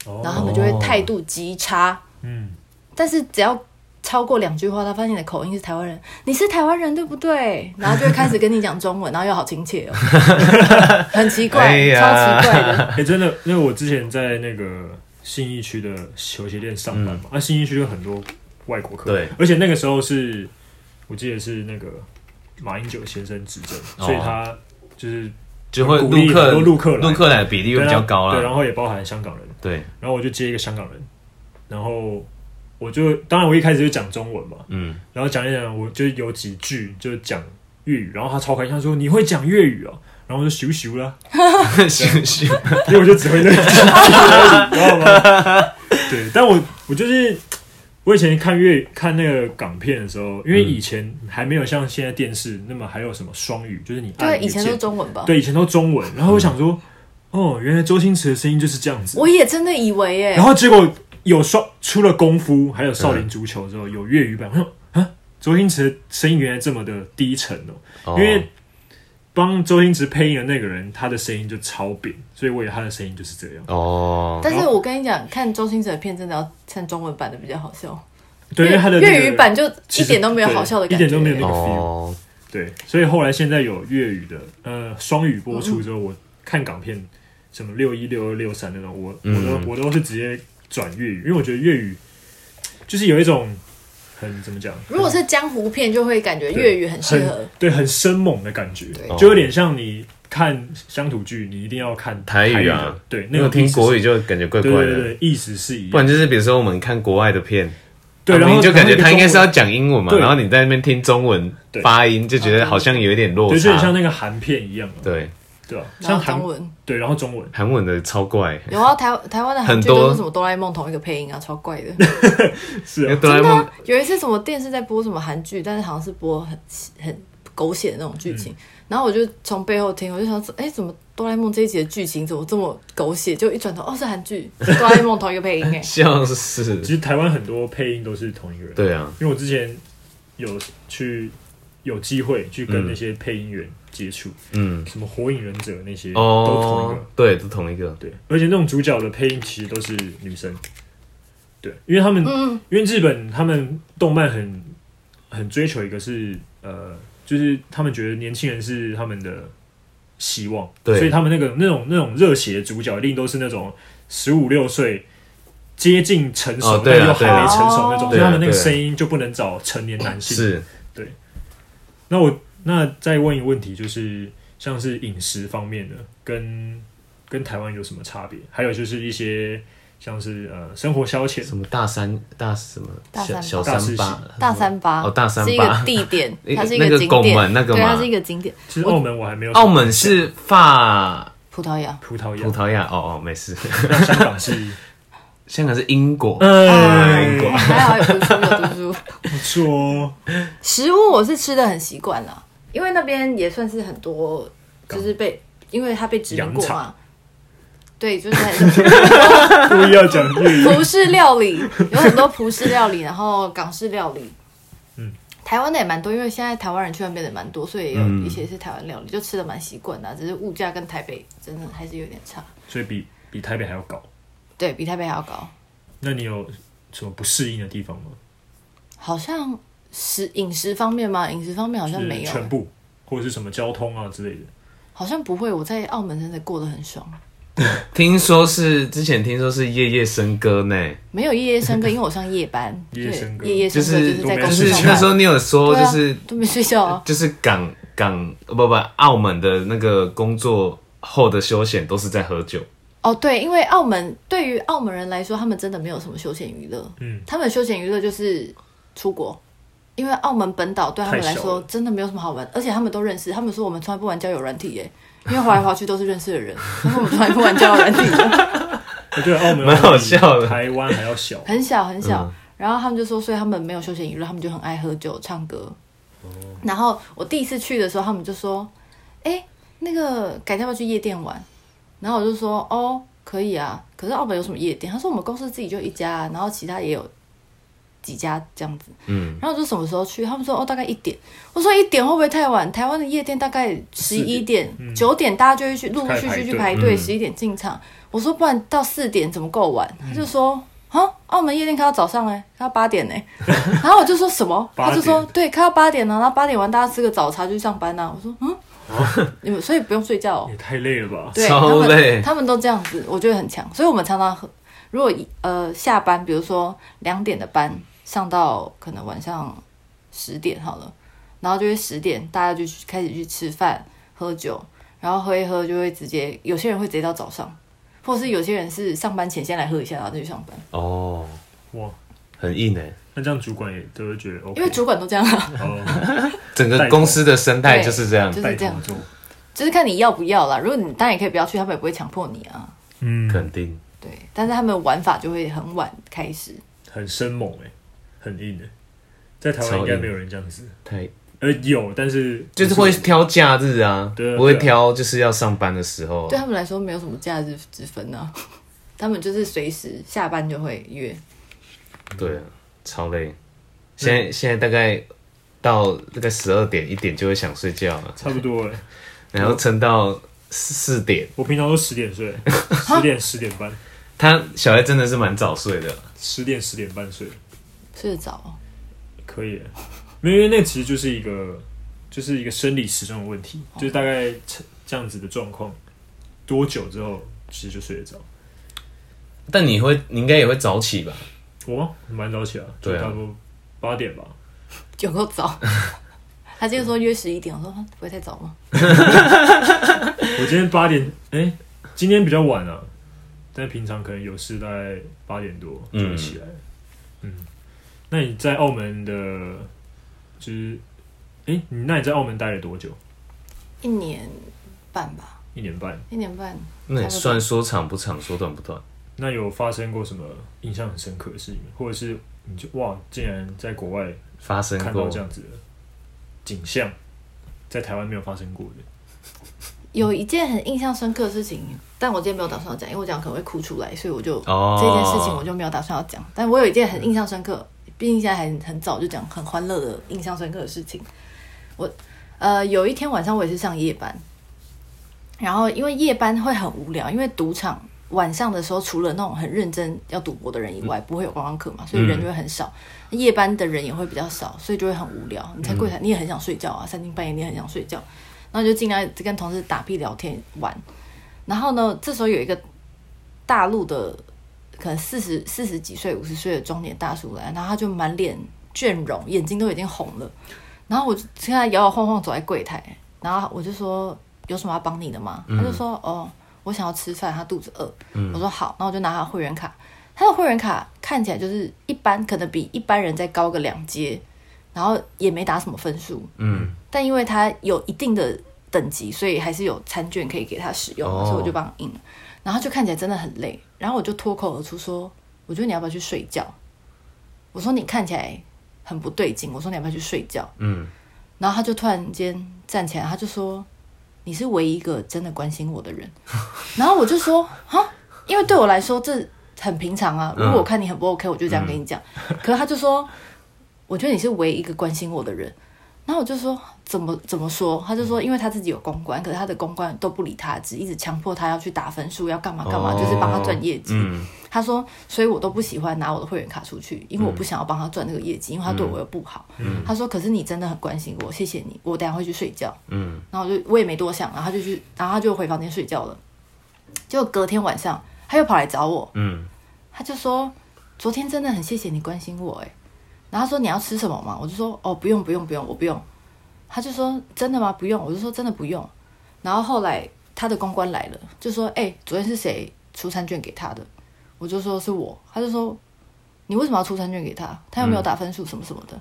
[SPEAKER 1] 哦，
[SPEAKER 3] 然后他们就会态度极差。
[SPEAKER 1] 嗯，
[SPEAKER 3] 但是只要超过两句话，他发现你的口音是台湾人，你是台湾人对不对？然后就会开始跟你讲中文，然后又好亲切哦， 很奇怪，
[SPEAKER 2] 哎呀
[SPEAKER 3] 超奇怪的。
[SPEAKER 1] 哎、真的，因为我之前在那个信义区的球鞋店上班嘛，那、信义区有很多外国客，
[SPEAKER 2] 嗯对，
[SPEAKER 1] 而且那个时候是我记得是那个马英九先生执政，
[SPEAKER 2] 哦
[SPEAKER 1] 所以他就是
[SPEAKER 2] 就会
[SPEAKER 1] 鼓励
[SPEAKER 2] 陆客
[SPEAKER 1] 很多陆客来
[SPEAKER 2] 陆客来的比例会比较高
[SPEAKER 1] 对，啊
[SPEAKER 2] 啦。
[SPEAKER 1] 然后也包含香港人，
[SPEAKER 2] 对，
[SPEAKER 1] 然后我就接一个香港人，然后我就当然我一开始就讲中文嘛，
[SPEAKER 2] 嗯，
[SPEAKER 1] 然后讲一讲，我就有几句就讲粤语，然后他超开心，他说你会讲粤语哦，然后我就咻咻啦，
[SPEAKER 2] 是是，
[SPEAKER 1] 因为我就只会那几句而已，你知道吗？对，但我我就是我以前看粤看那个港片的时候，因为以前还没有像现在电视那么还有什么双语，就是你按
[SPEAKER 3] 对，
[SPEAKER 1] 一个
[SPEAKER 3] 以前都
[SPEAKER 1] 键
[SPEAKER 3] 是中文吧。
[SPEAKER 1] 对以前都中文，然后我想说，哦，原来周星驰的声音就是这样子，
[SPEAKER 3] 我也真的以为耶、
[SPEAKER 1] 然后结果有双出了功夫，还有少林足球之后有粤语版，我说啊，周星驰的声音原来这么的低沉哦、
[SPEAKER 2] 哦
[SPEAKER 1] 因为帮周星驰配音的那个人，他的声音就超扁，所以我以为他的声音就是这样。
[SPEAKER 2] 哦，
[SPEAKER 3] 但是我跟你讲，看周星驰的片真的要看中文版的比较好笑，
[SPEAKER 1] 对，因为他的那个
[SPEAKER 3] 粤语版就
[SPEAKER 1] 其
[SPEAKER 3] 一
[SPEAKER 1] 实
[SPEAKER 3] 点都没有好笑的感觉，
[SPEAKER 1] 对一点都没有那个 feel
[SPEAKER 2] 哦，
[SPEAKER 1] 对，所以后来现在有粤语的呃双语播出
[SPEAKER 3] 嗯
[SPEAKER 1] 之后，我看港片什么六一六二六三那种，我我都、
[SPEAKER 2] 嗯
[SPEAKER 1] 我都是直接转粤语，因为我觉得粤语就是有一种很怎么讲，
[SPEAKER 3] 如果是江湖片，就会感觉粤语很适合。
[SPEAKER 1] 对，很生猛的感觉
[SPEAKER 3] 对，
[SPEAKER 1] 就有点像你看乡土剧，你一定要看
[SPEAKER 2] 台语啊
[SPEAKER 1] 语的，对，那
[SPEAKER 2] 因
[SPEAKER 1] 个
[SPEAKER 2] 为听国
[SPEAKER 1] 语，
[SPEAKER 2] 语就感觉怪怪
[SPEAKER 1] 对对
[SPEAKER 2] 的，
[SPEAKER 1] 对，意思是一
[SPEAKER 2] 不然
[SPEAKER 1] 样，
[SPEAKER 2] 就是比如说我们看国外的片，
[SPEAKER 1] 对，然
[SPEAKER 2] 明
[SPEAKER 1] 后
[SPEAKER 2] 明就感觉他应该是要
[SPEAKER 1] 然后
[SPEAKER 2] 讲英文嘛，
[SPEAKER 1] 对
[SPEAKER 2] 然后你在那边听中文
[SPEAKER 1] 对
[SPEAKER 2] 发音，就觉得好像有一点
[SPEAKER 1] 那
[SPEAKER 2] 落
[SPEAKER 1] 个中文对，就很像
[SPEAKER 2] 差。
[SPEAKER 1] 那个韩片一样啊，
[SPEAKER 2] 对，
[SPEAKER 1] 对吧？
[SPEAKER 3] 然
[SPEAKER 1] 像
[SPEAKER 3] 后
[SPEAKER 1] 韩
[SPEAKER 3] 中文
[SPEAKER 1] 对，然后中文，
[SPEAKER 2] 韩文的超怪，
[SPEAKER 3] 有啊，台台湾的韩剧
[SPEAKER 2] 很多
[SPEAKER 3] 都是什么哆啦 A 梦同一个配音啊，超怪的。
[SPEAKER 1] 是
[SPEAKER 2] 因为
[SPEAKER 1] 啊，
[SPEAKER 2] 哆啦 A
[SPEAKER 3] 对
[SPEAKER 2] 梦、
[SPEAKER 3] 啊，有一次什么电视在播什么韩剧，但是好像是播很很狗血的那种剧情，然后我就从背后听，我就想说，哎、怎么哆啦 A 梦这一集的剧情怎么这么狗血？就一转头，哦，是韩剧，是哆啦 A 梦同一个配音哎
[SPEAKER 2] 像是
[SPEAKER 1] 其，实台湾很多配音都是同一个人，
[SPEAKER 2] 对啊，
[SPEAKER 1] 因为我之前有去有机会去跟那些配音员接触，
[SPEAKER 2] 嗯，
[SPEAKER 1] 什么火影忍者那些、都同一
[SPEAKER 2] 哦
[SPEAKER 1] 个，，
[SPEAKER 2] 对，都同一个，
[SPEAKER 1] 对，而且那种主角的配音其实都是女生，对，因为他们、
[SPEAKER 3] 嗯，
[SPEAKER 1] 因为日本他们动漫很很追求一个是呃，就是他们觉得年轻人是他们的希望，
[SPEAKER 2] 对
[SPEAKER 1] 所以他们那个那种那种热血的主角一定都是那种十五六岁接近成熟、
[SPEAKER 2] 哦对啊
[SPEAKER 1] 但又还没成熟那种，所
[SPEAKER 3] 对啊
[SPEAKER 1] 以他们那个
[SPEAKER 2] 对啊
[SPEAKER 1] 声音就不能找成年男性。
[SPEAKER 2] 是，
[SPEAKER 1] 那我那再问一个问题，就是像是饮食方面的，跟跟台湾有什么差别？还有就是一些像是呃生活消遣，
[SPEAKER 2] 什么大三大什么
[SPEAKER 3] 大
[SPEAKER 2] 小
[SPEAKER 3] 三
[SPEAKER 2] 小
[SPEAKER 1] 大四
[SPEAKER 2] 三八
[SPEAKER 3] 大三八
[SPEAKER 2] 哦，大三
[SPEAKER 3] 是一个
[SPEAKER 2] 八，
[SPEAKER 3] 地点
[SPEAKER 2] 那，个
[SPEAKER 3] 它是一
[SPEAKER 2] 那个
[SPEAKER 3] 景
[SPEAKER 2] 拱
[SPEAKER 3] 点，
[SPEAKER 2] 门那个
[SPEAKER 3] 对，
[SPEAKER 2] 嘛
[SPEAKER 3] 它是一个景点。
[SPEAKER 1] 其实澳门我还没有什么
[SPEAKER 2] 澳门是法
[SPEAKER 3] 葡萄牙，
[SPEAKER 1] 葡萄牙
[SPEAKER 2] 葡，萄牙，哦哦，没事，
[SPEAKER 1] 那香港 是，
[SPEAKER 2] 香港是英国，
[SPEAKER 1] 哎，
[SPEAKER 2] 英国
[SPEAKER 3] 还好有读书有读书。
[SPEAKER 1] 不错哦，
[SPEAKER 3] 食物我是吃的很习惯了，因为那边也算是很多，就是被因为它被殖民过
[SPEAKER 1] 洋
[SPEAKER 3] 嘛。对，就是很
[SPEAKER 1] 故意要讲粤语，
[SPEAKER 3] 葡式料理，有很多葡式料理，然后港式料理。
[SPEAKER 1] 嗯，
[SPEAKER 3] 台湾的也蛮多，因为现在台湾人去那边的也蛮多，所以也有
[SPEAKER 2] 嗯
[SPEAKER 3] 一些是台湾料理，就吃的蛮习惯的啊、只是物价跟台北真的还是有点差，
[SPEAKER 1] 所以比比台北还要高。
[SPEAKER 3] 对比台北还要高。
[SPEAKER 1] 那你有什么不适应的地方吗？
[SPEAKER 3] 好像食饮食方面吗？饮食方面好像
[SPEAKER 1] 就是
[SPEAKER 3] 没有，
[SPEAKER 1] 全部或者是什么交通啊之类的。
[SPEAKER 3] 好像不会。我在澳门真的过得很爽，
[SPEAKER 2] 听说是之前听说是夜夜笙歌呢，
[SPEAKER 3] 没有夜夜 笙歌，因为我上夜班，
[SPEAKER 1] 夜夜笙歌
[SPEAKER 3] 对夜夜笙歌
[SPEAKER 2] 是
[SPEAKER 3] 就是
[SPEAKER 1] 都没
[SPEAKER 3] 在公
[SPEAKER 2] 就
[SPEAKER 3] 司
[SPEAKER 2] 是
[SPEAKER 3] 上
[SPEAKER 2] 那时
[SPEAKER 3] 班，
[SPEAKER 2] 候你有说
[SPEAKER 3] 对
[SPEAKER 2] 就
[SPEAKER 3] 啊
[SPEAKER 2] 是
[SPEAKER 3] 都没睡觉啊。
[SPEAKER 2] 就是港港哦不不澳门的那个工作后的休闲都是在喝酒，
[SPEAKER 3] 哦，对，因为澳门对于澳门人来说，他们真的没有什么休闲娱乐，
[SPEAKER 1] 嗯，
[SPEAKER 3] 他们的休闲娱乐就是出国。因为澳门本岛对他们来
[SPEAKER 1] 太小
[SPEAKER 3] 说
[SPEAKER 1] 了
[SPEAKER 3] 真的没有什么好玩，而且他们都认识。他们说我们从来不玩交友软体耶，因为滑来滑去都是认识的人，然后我们从来不玩交友软体。
[SPEAKER 1] 我觉得澳门
[SPEAKER 2] 蛮好笑
[SPEAKER 1] 比
[SPEAKER 2] 的
[SPEAKER 1] 台湾还要小。
[SPEAKER 3] 很小很小。然后他们就说，所以他们没有休闲娱乐，他们就很爱喝酒、唱歌。然后我第一次去的时候，他们就说：“哎，那个改天要不要去夜店玩？”然后我就说：“哦，可以啊。”可是澳门有什么夜店？他说我们公司自己就一家，啊然后其他也有几家这样子。
[SPEAKER 2] 嗯，
[SPEAKER 3] 然后我就什么时候去？他们说：“哦，大概一点。”我说：“一点会不会太晚？台湾的夜店大概十一点、
[SPEAKER 1] 嗯
[SPEAKER 3] 九、点，大家就会去陆陆续续去排队，十一点进场。我说不然到四点怎么够晚？
[SPEAKER 1] 嗯
[SPEAKER 3] 他就说啊，澳门夜店开到早上哎、开到八点 哎、然后我就说什么？
[SPEAKER 1] 八
[SPEAKER 3] 他
[SPEAKER 1] 点
[SPEAKER 3] 就说对，开到八点呢、然后八点完大家吃个早茶就去上班呐、我说 嗯，你们所以不用睡觉哦。
[SPEAKER 1] 也太累了吧？
[SPEAKER 3] 对，
[SPEAKER 2] 超
[SPEAKER 3] 他
[SPEAKER 2] 累
[SPEAKER 3] 们他们都这样子，我觉得很强。所以我们常常喝，如果呃下班，比如说两点的班上到可能晚上十点好了，然后就会十点大家就去开始去吃饭喝酒，然后喝一喝就会直接有些人会直接到早上，或者是有些人是上班前先来喝一下，然后再去上班，
[SPEAKER 2] 哦，
[SPEAKER 1] 哇，
[SPEAKER 2] 很硬哎、
[SPEAKER 1] 那这样主管也都会觉得 OK，
[SPEAKER 3] 因为主管都这 样啊，
[SPEAKER 1] 哦，
[SPEAKER 2] 整个公司的生态就是这样
[SPEAKER 3] 就，
[SPEAKER 1] 带
[SPEAKER 3] 是这样
[SPEAKER 1] 头，做，
[SPEAKER 3] 就是看你要不要啦。如果你当然也可以不要去，他们也不会强迫你啊。
[SPEAKER 1] 嗯，
[SPEAKER 2] 肯定。
[SPEAKER 3] 对，但是他们玩法就会很晚开始，
[SPEAKER 1] 很生猛哎、很硬哎、在台
[SPEAKER 2] 超
[SPEAKER 1] 湾
[SPEAKER 2] 硬
[SPEAKER 1] 应该没有人这样子，
[SPEAKER 2] 太
[SPEAKER 1] 呃，有，但是
[SPEAKER 2] 就是会挑假日啊，
[SPEAKER 1] 对啊
[SPEAKER 2] 不会挑就是要上班的时候
[SPEAKER 3] 对。啊他们来说没有什么假日之分啊，他们就是随时下班就会约。
[SPEAKER 2] 对啊，超累。现在现在大概到大概十二点一点就会想睡觉了，
[SPEAKER 1] 差不多哎、
[SPEAKER 2] 然后撑到四四点。
[SPEAKER 1] 我平常都十点 睡，十点十点半，
[SPEAKER 2] 他小孩真的是蛮早睡的，
[SPEAKER 1] 十点十点半睡，
[SPEAKER 3] 睡得着哦，
[SPEAKER 1] 可以、欸，没有，因为那其实就是一个就是一个生理时钟的问题，就是大概这样子的状况，多久之后其实就睡得着。
[SPEAKER 2] 但你会你应该也会早起吧？
[SPEAKER 1] 我吗？蛮早起啊，就
[SPEAKER 2] 对啊
[SPEAKER 1] 差不多八点吧。
[SPEAKER 3] 有够早。 他今天说约十一点，我说啊不会太早吗？
[SPEAKER 1] 我今天八点， 哎、今天比较晚啊，但平常可能有事，大概八点多就会起来了嗯那你在澳门的，就是，哎、你那你在澳门待了多久？
[SPEAKER 3] 一年半吧，
[SPEAKER 1] 一年半。
[SPEAKER 3] 一年半。
[SPEAKER 2] 那也算说长不长，说短不短。
[SPEAKER 1] 那有发生过什么印象很深刻的事情吗，或者是你就哇，竟然在国外
[SPEAKER 2] 发生
[SPEAKER 1] 看到
[SPEAKER 2] 过
[SPEAKER 1] 这样子的景象，在台湾没有发生过的？
[SPEAKER 3] 有一件很印象深刻的事情，但我今天没有打算要讲，因为我讲可能会哭出来，所以我就、
[SPEAKER 2] 哦
[SPEAKER 3] 这件事情我就没有打算要讲。但我有一件很印象深刻，毕竟现在还很很早就讲很欢乐的印象深刻的事情。我呃有一天晚上我也是上夜班，然后因为夜班会很无聊，因为赌场晚上的时候除了那种很认真要赌博的人以外，不会有观光客嘛，所以人就会很少。夜班的人也会比较少，所以就会很无聊。你在柜台你也很想睡觉啊，三更半夜你也很想睡觉，然后就进来跟同事打屁聊天玩。然后呢，这时候有一个大陆的可能四十四十几岁、五十岁的中年大叔来，然后他就满脸倦容，眼睛都已经红了。然后我就现在摇摇晃晃走在柜台，然后我就说有什么要帮你的吗？他就说哦，我想要吃饭，他肚子饿。我说好，那我就拿他会员卡。他的会员卡看起来就是一般，可能比一般人再高个两阶，然后也没打什么分数，
[SPEAKER 2] 嗯，
[SPEAKER 3] 但因为他有一定的等级，所以还是有餐券可以给他使用，
[SPEAKER 2] 哦
[SPEAKER 3] 所以我就帮他印了。然后他就看起来真的很累，然后我就脱口而出说：“我觉得你要不要去睡觉？”我说：“你看起来很不对劲。”我说：“你要不要去睡觉？”
[SPEAKER 2] 嗯，
[SPEAKER 3] 然后他就突然间站起来，他就说：“你是唯一一个真的关心我的人。” 然后我就说：“啊，因为对我来说这很平常啊。
[SPEAKER 2] 嗯
[SPEAKER 3] 如果我看你很不 OK，我就这样跟你讲。可是他就说：“我觉得你是唯一一个关心我的人。”然后我就说怎么怎么说？他就
[SPEAKER 2] 嗯
[SPEAKER 3] 说，因为他自己有公关，可是他的公关都不理他，只一直强迫他要去打分数，要干嘛干嘛，
[SPEAKER 2] 哦
[SPEAKER 3] 就是帮他赚业绩。
[SPEAKER 2] 嗯
[SPEAKER 3] 他说，所以我都不喜欢拿我的会员卡出去，因为
[SPEAKER 2] 嗯
[SPEAKER 3] 我不想要帮他赚这个业绩，因为他对我又不好。他说，可是你真的很关心我，谢谢你，我等一下会去睡觉。
[SPEAKER 2] 嗯，
[SPEAKER 3] 然后我就我也没多想，然啊后他就去，然后他就回房间睡觉了。结果隔天晚上他又跑来找我，
[SPEAKER 2] 嗯，
[SPEAKER 3] 他就说昨天真的很谢谢你关心我哎、欸然后他说你要吃什么吗？我就说哦不用不用不用我不用，他就说真的吗？不用，我就说真的不用。然后后来他的公关来了，就说哎、昨天是谁出餐券给他的？我就说是我，他就说你为什么要出餐券给他？他又没有打分数什么什么的。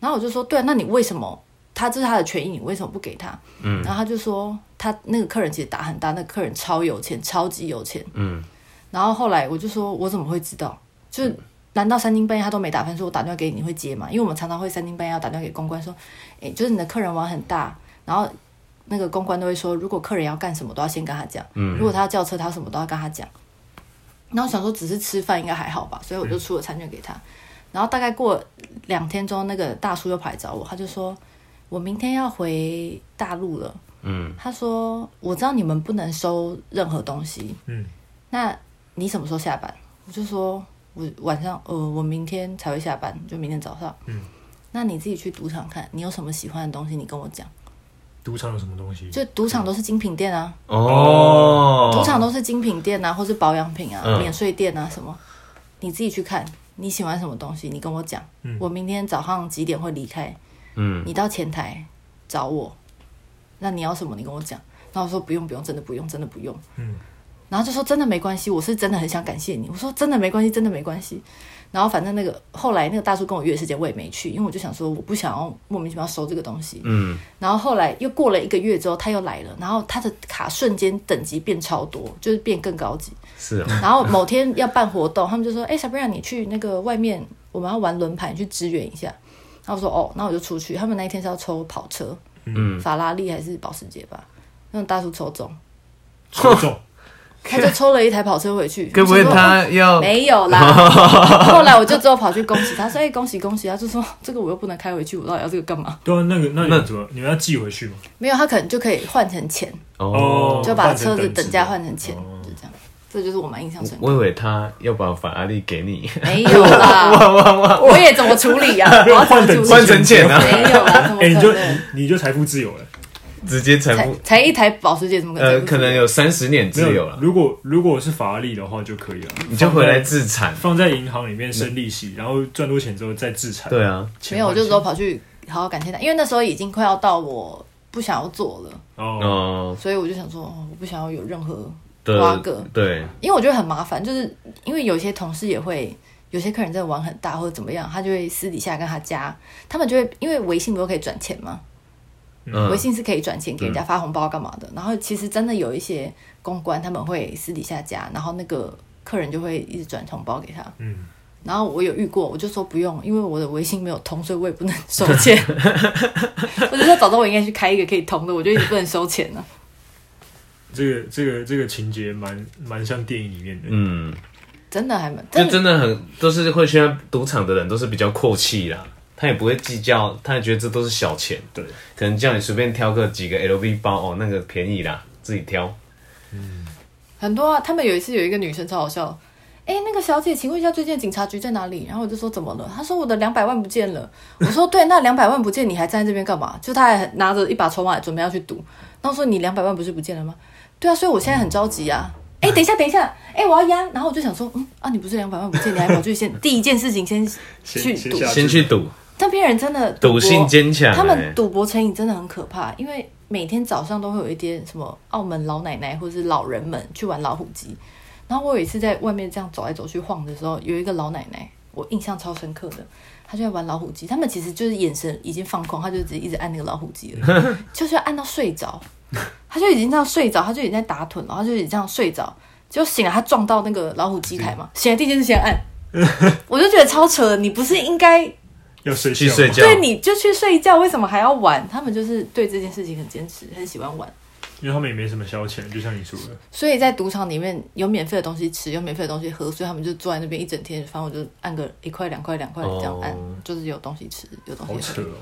[SPEAKER 3] 然后我就说对啊，那你为什么？他这是他的权益，你为什么不给他？嗯，然后他就说他那个客人其实打很大，那个客人超有钱，超级有钱，
[SPEAKER 2] 嗯，
[SPEAKER 3] 然后后来我就说，我怎么会知道？就是难道三更半夜他都没打分数，我打电话给你你会接吗？因为我们常常会三更半夜要打电话给公关说，诶，就是你的客人玩很大，然后那个公关都会说，如果客人要干什么都要先跟他讲，如果他要叫车，他什么都要跟他讲。然后我想说只是吃饭应该还好吧，所以我就出了餐券给他。然后大概过两天之后，那个大叔又跑来找我，他就说我明天要回大陆了。
[SPEAKER 2] 嗯，
[SPEAKER 3] 他说我知道你们不能收任何东西，
[SPEAKER 1] 嗯，
[SPEAKER 3] 那你什么时候下班？我就说我晚上，呃，我明天才会下班，就明天早上。嗯，那你自己去赌场看，你有什么喜欢的东西，你跟我讲。
[SPEAKER 1] 赌场有什么东西？
[SPEAKER 3] 就赌场都是精品店啊，
[SPEAKER 1] 嗯
[SPEAKER 2] 哦，
[SPEAKER 3] 赌场都是精品店啊，或是保养品啊、
[SPEAKER 2] 嗯
[SPEAKER 3] 免税店啊什么，你自己去看你喜欢什么东西，你跟我讲。
[SPEAKER 1] 嗯
[SPEAKER 3] 我明天早上几点会离开？
[SPEAKER 2] 嗯
[SPEAKER 3] 你到前台找我，那你要什么你跟我讲。然后我说不用不用，真的不用，真的不用。
[SPEAKER 1] 嗯，
[SPEAKER 3] 然后就说真的没关系，我是真的很想感谢你。我说真的没关系，真的没关系。然后反正那个后来那个大叔跟我约的时间我也没去，因为我就想说我不想要莫名其妙收这个东西。
[SPEAKER 2] 嗯，
[SPEAKER 3] 然后后来又过了一个月之后他又来了，然后他的卡瞬间等级变超多，就是变更高 级。
[SPEAKER 2] 是哦，
[SPEAKER 3] 然后某天要办活动，他们就说：“哎、小 s a b r i n a 你去那个外面，我们要玩轮盘，你去支援一下。”然后我说：“哦，那我就出去。”他们那一天是要抽跑车，
[SPEAKER 2] 嗯，
[SPEAKER 3] 法拉利还是保时捷吧？那种大叔抽 中，
[SPEAKER 1] 抽中，
[SPEAKER 3] 他就抽了一台跑车回去。
[SPEAKER 2] 该不会
[SPEAKER 3] 我想说哦
[SPEAKER 2] 他要
[SPEAKER 3] 没有啦。 后来我就之后跑去恭喜他，说：“哎、恭喜恭喜！”他就说：“这个我又不能开回去，我到底要这个干嘛
[SPEAKER 1] 对啊，那个那你们怎么你们要寄回去吗？？”
[SPEAKER 3] 没有，他可能就可以换成钱，
[SPEAKER 2] 哦
[SPEAKER 1] 哦？
[SPEAKER 3] 就把车子等价
[SPEAKER 1] 换
[SPEAKER 3] 换成钱，
[SPEAKER 1] 哦
[SPEAKER 3] 就这样。这就是我蛮印象深刻。
[SPEAKER 2] 我以为他要把法拉利给你，
[SPEAKER 3] 没有啦，我也怎么处理呀、啊？我要怎么
[SPEAKER 1] 换等
[SPEAKER 3] 处理？
[SPEAKER 2] 换成钱啊，
[SPEAKER 3] 没有 啦，怎么
[SPEAKER 1] 哎，你
[SPEAKER 3] 可
[SPEAKER 1] 就
[SPEAKER 3] 能？
[SPEAKER 1] 你就财富自由了。
[SPEAKER 2] 直接财
[SPEAKER 3] 才
[SPEAKER 2] 富，
[SPEAKER 3] 才一台保时捷，怎么可能
[SPEAKER 2] 呃
[SPEAKER 3] 才，不出？
[SPEAKER 2] 可能有三十年自
[SPEAKER 1] 没
[SPEAKER 2] 由
[SPEAKER 1] 有，
[SPEAKER 2] 了，
[SPEAKER 1] 如果如果是法拉利的话就可以了，
[SPEAKER 2] 你就回来自产。
[SPEAKER 1] 放在银行里面生利息，然后赚多钱之后再自产。
[SPEAKER 2] 对啊，
[SPEAKER 1] 钱
[SPEAKER 3] 没有，我
[SPEAKER 1] 换
[SPEAKER 3] 就
[SPEAKER 1] 钱
[SPEAKER 3] 说跑去好好感谢他，因为那时候已经快要到我不想要做了，
[SPEAKER 1] 哦，
[SPEAKER 2] 哦，
[SPEAKER 3] 所以我就想说，哦我不想要有任何，挖个
[SPEAKER 2] 的，对，
[SPEAKER 3] 因为我觉得很麻烦，就是因为有些同事也会。有些客人真的玩很大或者怎么样，他就会私底下跟他加，他们就会因为微信不是可以转钱吗？微
[SPEAKER 2] 嗯，
[SPEAKER 3] 信是可以转钱给人家发红包干嘛的。然后其实真的有一些公关他们会私底下加，然后那个客人就会一直转红包给他。
[SPEAKER 1] 嗯，
[SPEAKER 3] 然后我有遇过，我就说不用，因为我的微信没有通，所以我也不能收钱。我就说早知道我应该去开一个可以通的，我就一直不能收钱了。
[SPEAKER 1] 这个这个这个情节蛮蛮像电影里面的。
[SPEAKER 2] 嗯，
[SPEAKER 3] 真的还蛮
[SPEAKER 2] 就
[SPEAKER 3] 真的，
[SPEAKER 2] 真的很都是会去那赌场的人都是比较阔气啦，他也不会计较，他也觉得这都是小钱，
[SPEAKER 1] 对，
[SPEAKER 2] 可能叫你随便挑个几个 LV 包哦，那个便宜啦，自己挑。
[SPEAKER 3] 很多啊，他们有一次有一个女生超好笑，哎、那个小姐，请问一下最近的警察局在哪里？然后我就说怎么了？她说我的两百万不见了。我说对，那两百万不见，你还站在这边干嘛？就她还拿着一把筹码准备要去赌。然后我说你两百万不是不见了吗？对啊，所以我现在很着 急啊。哎、等一下，等一下，哎、我要押。然后我就想说，嗯啊，你不是两百万不见，你还跑去先 第一件事情先去
[SPEAKER 1] 先
[SPEAKER 3] 赌。
[SPEAKER 1] 下
[SPEAKER 2] 先去赌，
[SPEAKER 3] 但边人真的
[SPEAKER 2] 赌
[SPEAKER 3] 博
[SPEAKER 2] 性坚强、欸。
[SPEAKER 3] 他们赌博成瘾真的很可怕，因为每天早上都会有一些什么澳门老奶奶或者是老人们去玩老虎机。然后我有一次在外面这样走来走去晃的时候，有一个老奶奶，我印象超深刻的，她就在玩老虎机。他们其实就是眼神已经放空，她就只是一直按那个老虎机了， 就是要按到睡着。她就已经这样睡着，她就已经在打盹了，她就已经这样睡着。结果醒来，她撞到那个老虎机台嘛，醒来第一件事先 按，我就觉得超扯的。你不是应该
[SPEAKER 1] 要啊睡
[SPEAKER 2] 去
[SPEAKER 1] 觉
[SPEAKER 2] 睡
[SPEAKER 1] 吗
[SPEAKER 2] 觉
[SPEAKER 3] 对，你就去睡觉，为什么还要玩？他们就是对这件事情很坚持，很喜欢玩。
[SPEAKER 1] 因为他们也没什么消遣，就像你说的，
[SPEAKER 3] 所以在赌场里面有免费的东西吃，有免费的东西喝，所以他们就坐在那边一整天。反正我就按个一块、两块、两块这样按，
[SPEAKER 2] 哦
[SPEAKER 3] 就是有东西吃，有东
[SPEAKER 1] 好
[SPEAKER 3] 西
[SPEAKER 1] 扯
[SPEAKER 3] 喝。
[SPEAKER 1] 哦。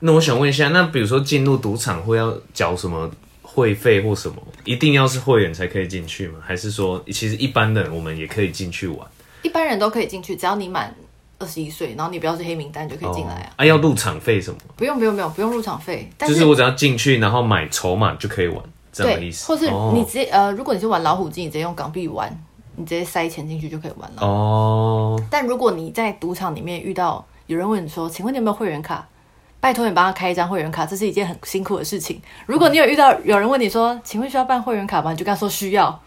[SPEAKER 2] 那我想问一下，那比如说进入赌场会要缴什么会费或什么？一定要是会员才可以进去吗？还是说其实一般人我们也可以进去玩？
[SPEAKER 3] 一般人都可以进去，只要你满二十一岁，然后你不要是黑名单，你就可以进来啊。
[SPEAKER 2] 哦啊，要入场费什么？
[SPEAKER 3] 不用不用不用不用入场费，但
[SPEAKER 2] 就是我只要进去，然后买筹码就可以玩，这样的意
[SPEAKER 3] 对，
[SPEAKER 2] 思。
[SPEAKER 3] 或是
[SPEAKER 2] 哦
[SPEAKER 3] 你直接、呃，如果你是玩老虎机，你直接用港币玩，你直接塞钱进去就可以玩了。
[SPEAKER 2] 哦，
[SPEAKER 3] 但如果你在赌场里面遇到有人问你说：“请问你有没有会员卡？”拜托你帮他开一张会员卡，这是一件很辛苦的事情。如果你有遇到有人问你说：“请问需要办会员卡吗？”你就跟他说需 要，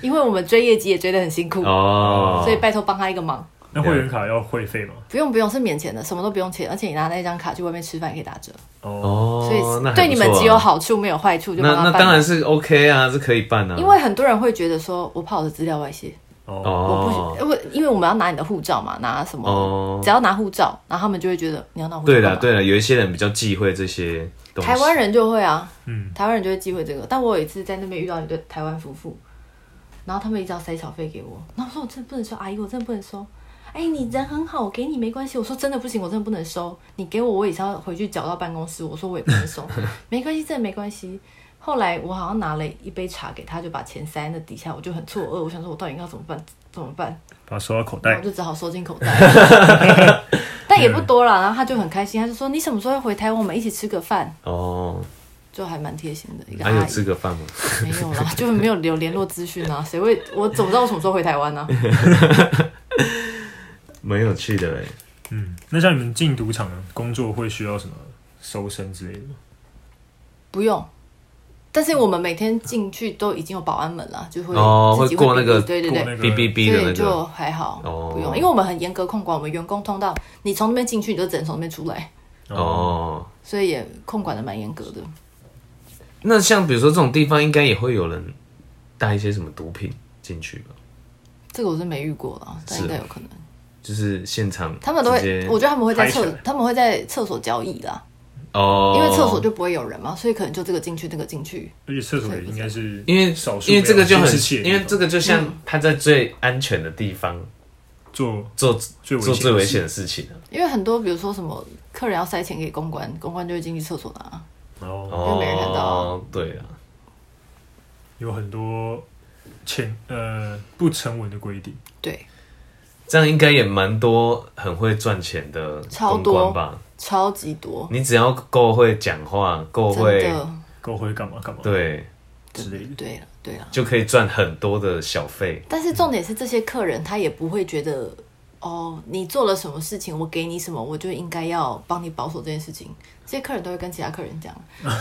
[SPEAKER 3] 因为我们追业绩也追得很辛苦，
[SPEAKER 2] 哦，
[SPEAKER 3] 所以拜托帮他一个忙。
[SPEAKER 1] 那会员卡要会费吗？
[SPEAKER 3] 不用不用，是免钱的，什么都不用钱，而且你拿那张卡去外面吃饭也可以打折，
[SPEAKER 1] 哦，
[SPEAKER 2] 哦，
[SPEAKER 3] 所以
[SPEAKER 2] 那还不错啊
[SPEAKER 3] 对你们只有。好处没有坏处，就帮
[SPEAKER 2] 那
[SPEAKER 3] 他
[SPEAKER 2] 那
[SPEAKER 3] 办
[SPEAKER 2] 当
[SPEAKER 3] 吧。
[SPEAKER 2] 然是 OK 啊，这可以办啊。
[SPEAKER 3] 因为很多人会觉得说，我怕我的资料外泄，
[SPEAKER 1] 哦，
[SPEAKER 2] 哦
[SPEAKER 3] 我，不，我因为我们要拿你的护照嘛，拿什么，
[SPEAKER 2] 哦
[SPEAKER 3] 只要拿护照，然后他们就会觉得你要拿护照
[SPEAKER 2] 对
[SPEAKER 3] 干嘛。
[SPEAKER 2] 了对了，有一些人比较忌讳这些东西。
[SPEAKER 3] 台湾人就会啊，
[SPEAKER 1] 嗯
[SPEAKER 3] 台湾人就会忌讳这个。但我有一次在那边遇到一对台湾夫妇，然后他们一直要塞小费给我，然后我说我真的不能收，阿姨我真的不能收。哎、你人很好，我给你没关系。我说真的不行，我真的不能收。你给我，我也是要回去缴到办公室。我说我也不能收， 没关系，真的没关系。后来我好像拿了一杯茶给他，就把钱塞在那底下，我就很错愕，我想说我到底要怎么办？怎么办？
[SPEAKER 1] 把它收到口
[SPEAKER 2] 哎
[SPEAKER 3] 然
[SPEAKER 1] 袋
[SPEAKER 3] 后我，就只好收进口 袋，但也不多了。然后他就很开心，他就说：“你什么时候要回台湾？我们一起吃个饭。”
[SPEAKER 2] 哦，
[SPEAKER 3] 就还蛮贴心的一个
[SPEAKER 2] 还、
[SPEAKER 3] 阿
[SPEAKER 2] 有
[SPEAKER 3] 姨，
[SPEAKER 2] 吃个饭吗？
[SPEAKER 3] 没有啦， 就是没有留联络资讯啊，谁会啊我怎么知道我什么时候回台湾呢、
[SPEAKER 2] 蛮有趣的哎。
[SPEAKER 1] 嗯，那像你们进赌场工作会需要什么搜身之类的吗？
[SPEAKER 3] 不用，但是我们每天进去都已经有保安门了，就会
[SPEAKER 2] 哦
[SPEAKER 3] 自己
[SPEAKER 2] 会过那个
[SPEAKER 3] 对对
[SPEAKER 1] 过
[SPEAKER 3] 对，
[SPEAKER 1] 那个
[SPEAKER 2] B B B 的
[SPEAKER 3] 所
[SPEAKER 2] 那
[SPEAKER 3] 以就
[SPEAKER 2] 个，
[SPEAKER 3] 还好，
[SPEAKER 2] 哦
[SPEAKER 3] 不用，因为我们很严格控管，我们员工通道，你从那边进去，你就只能从那边出来，
[SPEAKER 2] 哦，
[SPEAKER 3] 所以也控管的蛮严格的。
[SPEAKER 2] 那像比如说这种地方，应该也会有人带一些什么毒品进去吧？
[SPEAKER 3] 这个我是没遇过了，但
[SPEAKER 2] 是
[SPEAKER 3] 应该有可能，
[SPEAKER 2] 就是现场直接，
[SPEAKER 3] 他们都会，我觉得他们会在
[SPEAKER 1] 拍起
[SPEAKER 3] 厕
[SPEAKER 1] 来，
[SPEAKER 3] 他们会在厕所交易啦，
[SPEAKER 2] 哦，
[SPEAKER 3] 因为厕所就不会有人嘛，所以可能就这个进去，那个进去，
[SPEAKER 1] 而且厕所也应该是
[SPEAKER 2] 因为
[SPEAKER 1] 少数
[SPEAKER 2] 因为这个就
[SPEAKER 1] 没有监
[SPEAKER 2] 很
[SPEAKER 1] 视器的，地
[SPEAKER 2] 因
[SPEAKER 1] 方
[SPEAKER 2] 为这个就像
[SPEAKER 3] 嗯
[SPEAKER 2] 他在最安全的地方
[SPEAKER 1] 做
[SPEAKER 2] 做
[SPEAKER 1] 最危
[SPEAKER 2] 做最危
[SPEAKER 1] 的
[SPEAKER 2] 险的事情啊
[SPEAKER 3] 因为很多，比如说什么客人要塞钱给公关，公关就会进去厕所拿。
[SPEAKER 1] 事哦，
[SPEAKER 3] 为没人看到
[SPEAKER 2] 哦，对啊，
[SPEAKER 1] 有很多潜呃不成文的规定，
[SPEAKER 3] 对，
[SPEAKER 2] 这样应该也蛮多很会赚钱的
[SPEAKER 3] 超
[SPEAKER 2] 公关
[SPEAKER 3] 多
[SPEAKER 2] 吧？
[SPEAKER 3] 超级多，
[SPEAKER 2] 你只要够会讲话，够
[SPEAKER 3] 真
[SPEAKER 2] 会
[SPEAKER 3] 的。
[SPEAKER 1] 够会干嘛干嘛，，
[SPEAKER 2] 对，
[SPEAKER 1] 之类的
[SPEAKER 3] 对了，对了。
[SPEAKER 2] 就可以赚很多的小费。
[SPEAKER 3] 但是重点是，这些客人他也不会觉得，哦，你做了什么事情，我给你什么，我就应该要帮你保守这件事情。这些客人都会跟其他客人讲，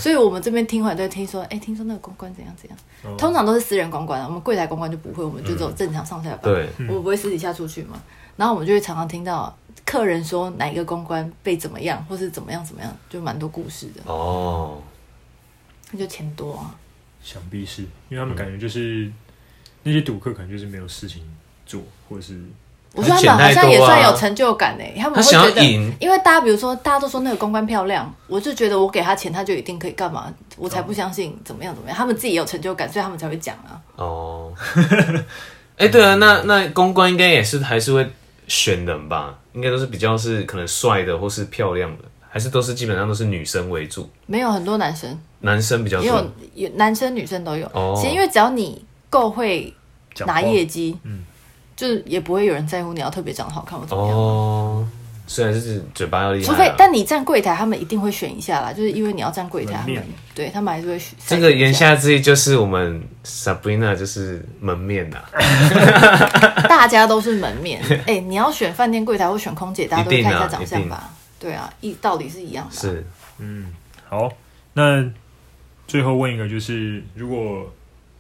[SPEAKER 3] 所以我们这边听完都会听说，哎、听说那个公关怎样怎样。通常都是私人公关啊，我们柜台公关就不会，我们就只有正常上下班。
[SPEAKER 2] 对，
[SPEAKER 3] 我们不会私底下出去嘛。然后我们就会常常听到客人说哪一个公关被怎么样，或是怎么样怎么样，就蛮多故事的。
[SPEAKER 2] 哦，
[SPEAKER 3] 那就钱多啊，
[SPEAKER 1] 想必是因为他们感觉就是那些赌客可能就是没有事情做，或者是
[SPEAKER 3] 我觉得他们好
[SPEAKER 2] 钱太
[SPEAKER 3] 像
[SPEAKER 2] 多
[SPEAKER 3] 也算
[SPEAKER 2] 啊
[SPEAKER 3] 有成就感呢、欸他们
[SPEAKER 2] 他
[SPEAKER 3] 会
[SPEAKER 2] 想要
[SPEAKER 3] 觉得
[SPEAKER 2] 赢，
[SPEAKER 3] 因为大家比如说大家都说那个公关漂亮，我就觉得我给他钱他就一定可以干嘛，我才不相信怎么样怎么样。他们自己也有成就感，所以他们才会讲啊。
[SPEAKER 2] 哦，哎、对啊，那那公关应该也是还是会选人吧，应该都是比较是可能帅的或是漂亮的，还是都是基本上都是女生为主，
[SPEAKER 3] 没有很多男生，
[SPEAKER 2] 男生比较
[SPEAKER 3] 也有
[SPEAKER 2] 多。
[SPEAKER 3] 有男生女生都有。
[SPEAKER 2] 哦
[SPEAKER 3] 其实因为只要你够会
[SPEAKER 1] 讲
[SPEAKER 3] 拿
[SPEAKER 1] 话
[SPEAKER 3] 业绩，
[SPEAKER 2] 嗯
[SPEAKER 3] 就是也不会有人在乎你要特别长得好看或怎么样。
[SPEAKER 2] 哦，虽然是嘴巴要厉害
[SPEAKER 3] 除
[SPEAKER 2] 啊，
[SPEAKER 3] 非，但你站柜台，他们一定会选一下啦，就是因为你要站柜台，
[SPEAKER 1] 门
[SPEAKER 3] 他
[SPEAKER 1] 面
[SPEAKER 3] 们对他们还是会选。
[SPEAKER 2] 这个言下之意就是我们 Sabrina 就是门面啊呐、
[SPEAKER 3] 大家都是门 面，哎、你要选饭店柜台或选空姐，大家都会
[SPEAKER 2] 一定
[SPEAKER 3] 看
[SPEAKER 2] 啊
[SPEAKER 3] 一下长相
[SPEAKER 2] 一
[SPEAKER 3] 吧？对啊，一道理是一样的啊。
[SPEAKER 2] 是
[SPEAKER 1] 好，那最后问一个，就是如果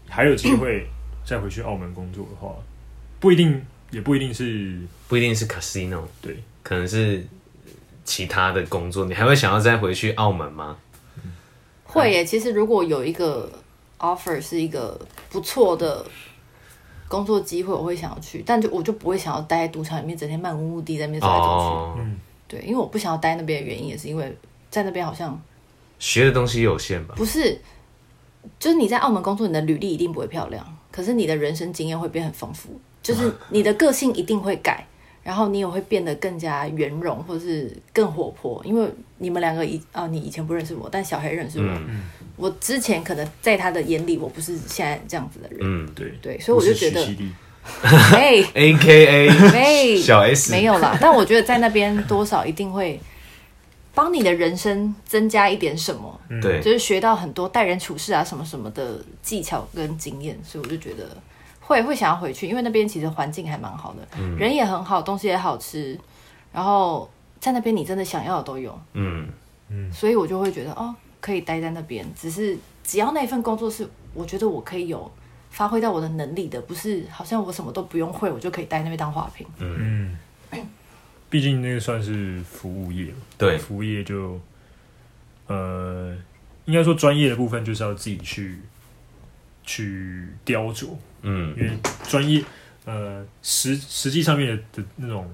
[SPEAKER 1] 还有机 会再回去澳门工作的话，不一定，也不一定是
[SPEAKER 2] 不一定是 casino，
[SPEAKER 1] 对，
[SPEAKER 2] 可能是其他的工作，你还会想要再回去澳门吗？
[SPEAKER 3] 会耶，其实如果有一个 offer 是一个不错的工作机会，我会想要去，但就我就不会想要待在赌场里面，整天漫无目的在那边走来走去。
[SPEAKER 2] 哦，
[SPEAKER 3] 对，因为我不想要待那边的原因，也是因为在那边好像
[SPEAKER 2] 学的东西有限吧？
[SPEAKER 3] 不是，就是你在澳门工作，你的履历一定不会漂亮，可是你的人生经验会变很丰富，就是你的个性一定会改，然后你也会变得更加圆融，或是更活泼。因为你们两个以啊，你以前不认识我，但小黑认识我，我之前可能在他的眼里，我不是现在这样子的人。
[SPEAKER 2] 嗯
[SPEAKER 1] 对，
[SPEAKER 3] 对，所以我就觉
[SPEAKER 1] 不
[SPEAKER 3] 得
[SPEAKER 1] 是，取其力
[SPEAKER 3] 哎
[SPEAKER 2] ，A K
[SPEAKER 3] 哎
[SPEAKER 2] A 小 S
[SPEAKER 3] 没有啦，但我觉得在那边多少一定会帮你的人生增加一点什么。
[SPEAKER 2] 对
[SPEAKER 3] 就是学到很多待人处事啊什么什么的技巧跟经验，所以我就觉得会会想要回去，因为那边其实环境还蛮好的，
[SPEAKER 2] 嗯
[SPEAKER 3] 人也很好，东西也好吃，然后在那边你真的想要的都有，
[SPEAKER 2] 嗯，
[SPEAKER 3] 所以我就会觉得哦，可以待在那边，只是只要那份工作是我觉得我可以有发挥到我的能力的，不是好像我什么都不用会，我就可以待那边当花瓶。
[SPEAKER 1] 嗯，毕竟那个算是服务业嘛，
[SPEAKER 2] 对，
[SPEAKER 1] 服务业就呃，应该说专业的部分就是要自己去去雕琢，
[SPEAKER 2] 嗯
[SPEAKER 1] 因为专业呃实实际上面的的那种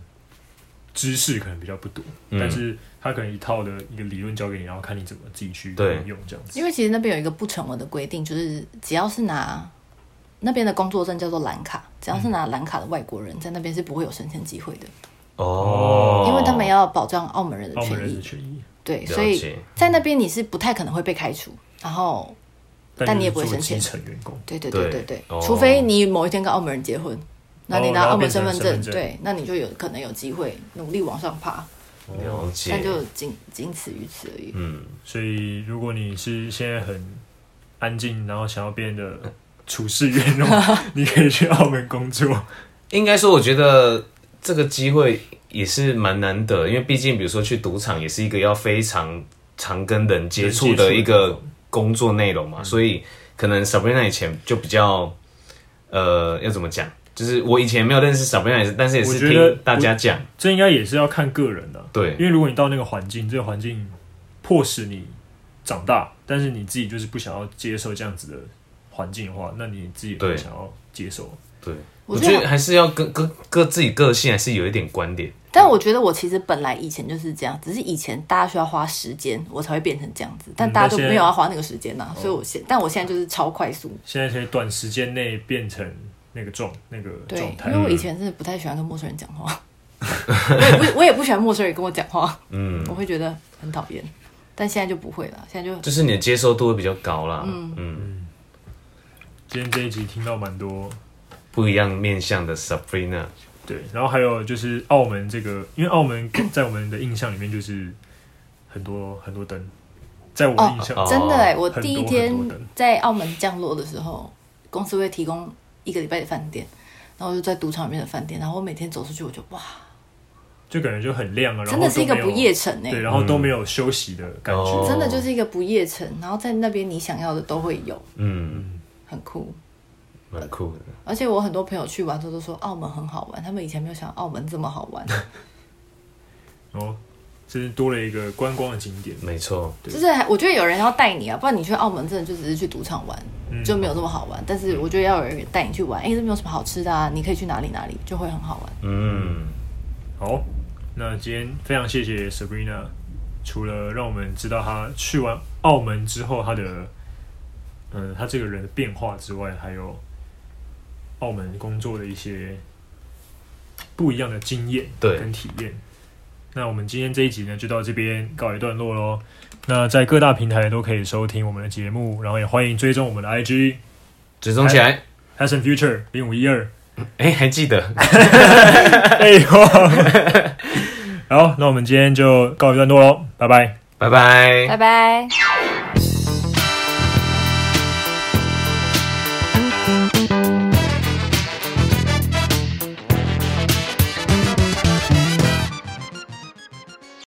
[SPEAKER 1] 知识可能比较不多，
[SPEAKER 2] 嗯
[SPEAKER 1] 但是他可能一套的一个理论教给你，然后看你怎么自己去
[SPEAKER 2] 对
[SPEAKER 1] 运用这样子。
[SPEAKER 3] 因为其实那边有一个不成文的规定，就是只要是拿那边的工作证叫做蓝卡，只要是拿蓝卡的外国人，在那边是不会有升迁机会的，
[SPEAKER 2] 哦，
[SPEAKER 3] 因为他们要保障澳门人的
[SPEAKER 1] 澳门
[SPEAKER 3] 权
[SPEAKER 1] 人
[SPEAKER 3] 益
[SPEAKER 1] 的。权益，
[SPEAKER 3] 对，
[SPEAKER 2] 解
[SPEAKER 3] 所以在那边你是不太可能会被开除。然后，但你也不会
[SPEAKER 1] 就是
[SPEAKER 3] 生
[SPEAKER 1] 做
[SPEAKER 3] 气
[SPEAKER 1] 基层员工，
[SPEAKER 3] 对对对
[SPEAKER 2] 对
[SPEAKER 3] 对对，
[SPEAKER 2] 哦
[SPEAKER 3] 除非你某一天跟澳门人结婚，那你拿
[SPEAKER 1] 然后
[SPEAKER 3] 澳门身份
[SPEAKER 1] 变
[SPEAKER 3] 证，
[SPEAKER 1] 成身份证
[SPEAKER 3] 对，那你就有可能有机会努力往上爬，
[SPEAKER 2] 了解，
[SPEAKER 3] 但就仅仅此于此而已。
[SPEAKER 2] 嗯，
[SPEAKER 1] 所以如果你是现在很安静，然后想要变得处事圆融， 你可以去澳门工作。
[SPEAKER 2] 应该说，我觉得这个机会也是蛮难得，因为毕竟比如说去赌场也是一个要非常常跟人接触的一个工作内容嘛，所以可能 Sabrina 以前就比较，呃，要怎么讲？就是我以前没有认识 Sabrina，但是也
[SPEAKER 1] 我
[SPEAKER 2] 是
[SPEAKER 1] 觉得
[SPEAKER 2] 听大家讲，
[SPEAKER 1] 这应该也是要看个人的、啊
[SPEAKER 2] 对
[SPEAKER 1] 因为如果你到那个环境，这个环境迫使你长大，但是你自己就是不想要接受这样子的环境的话，那你自己也
[SPEAKER 2] 对
[SPEAKER 1] 不想要接受。
[SPEAKER 2] 对，
[SPEAKER 3] 我
[SPEAKER 2] 我
[SPEAKER 3] 觉得
[SPEAKER 2] 觉得还是要跟跟跟自己个性还是有一点观点，
[SPEAKER 3] 但我觉得我其实本来以前就是这样，只是以前大家需要花时间，我才会变成这样子，但
[SPEAKER 1] 嗯
[SPEAKER 3] 大家
[SPEAKER 1] 那
[SPEAKER 3] 都
[SPEAKER 1] 现在哦
[SPEAKER 3] 没有要花那个时间呐、所以我现，但我现在就是超快速，
[SPEAKER 1] 现在可以短时间内变成那个状那个
[SPEAKER 3] 对
[SPEAKER 1] 状，
[SPEAKER 3] 因
[SPEAKER 1] 态
[SPEAKER 3] 为，我以前真的不太喜欢跟陌生人 讲话，我也不我也不喜欢陌生人跟我讲话，
[SPEAKER 2] 嗯，
[SPEAKER 3] 我会觉得很讨厌，但现在就不会了，现在就
[SPEAKER 2] 就是你的接受度会比较高啦，嗯，
[SPEAKER 1] 今天这一集听到蛮多
[SPEAKER 2] 不一样面向的 Sabrina，
[SPEAKER 1] 对，然后还有就是澳门这个，因为澳门 在我们的印象里面就是很多很多灯，在我的印象，
[SPEAKER 2] 哦
[SPEAKER 3] 真的哎、我
[SPEAKER 1] 很多
[SPEAKER 3] 第一
[SPEAKER 1] 很
[SPEAKER 3] 天
[SPEAKER 1] 多人
[SPEAKER 3] 在澳门降落的时候，公司会提供一个礼拜的饭店，然后我就在赌场里面的饭店，然后我每天走出去，我就哇，
[SPEAKER 1] 就感觉就很亮啊，然后
[SPEAKER 3] 真的是一
[SPEAKER 1] 都
[SPEAKER 3] 个
[SPEAKER 1] 没有
[SPEAKER 3] 不夜城哎、
[SPEAKER 1] 对，然后都没有休息的感觉。
[SPEAKER 2] 嗯哦
[SPEAKER 3] 真的就是一个不夜城，然后在那边你想要的都会有，
[SPEAKER 2] 嗯，
[SPEAKER 3] 很酷。
[SPEAKER 2] 蛮酷的。
[SPEAKER 3] 而且我很多朋友去玩之后都说澳门很好玩，他们以前没有想到澳门这么好玩，
[SPEAKER 1] 哦，这是多了一个观光的景点，
[SPEAKER 2] 没错，
[SPEAKER 3] 就是还我觉得有人要带你啊，不然你去澳门真的就只是去赌场玩，
[SPEAKER 1] 嗯
[SPEAKER 3] 就没有这么好玩。但是我觉得要有人带你去玩，哎、这边有什么好吃的啊？你可以去哪里哪里，就会很好玩。
[SPEAKER 2] 嗯，
[SPEAKER 1] 好，那今天非常谢谢 Sabrina，除了让我们知道她去完澳门之后她的，嗯，她这个人的变化之外，还有澳门工作的一些不一样的经验
[SPEAKER 2] 对
[SPEAKER 1] 跟体验。那我们今天这一集呢，就到这边告一段落喽。那在各大平台都可以收听我们的节目，然后也欢迎追踪我们的 IG
[SPEAKER 2] 追踪起来。
[SPEAKER 1] Passion Future 零五一二。
[SPEAKER 2] 哎、还记得，
[SPEAKER 1] 哎呦，好，那我们今天就告一段落喽，拜拜。
[SPEAKER 2] 拜拜
[SPEAKER 3] 拜拜。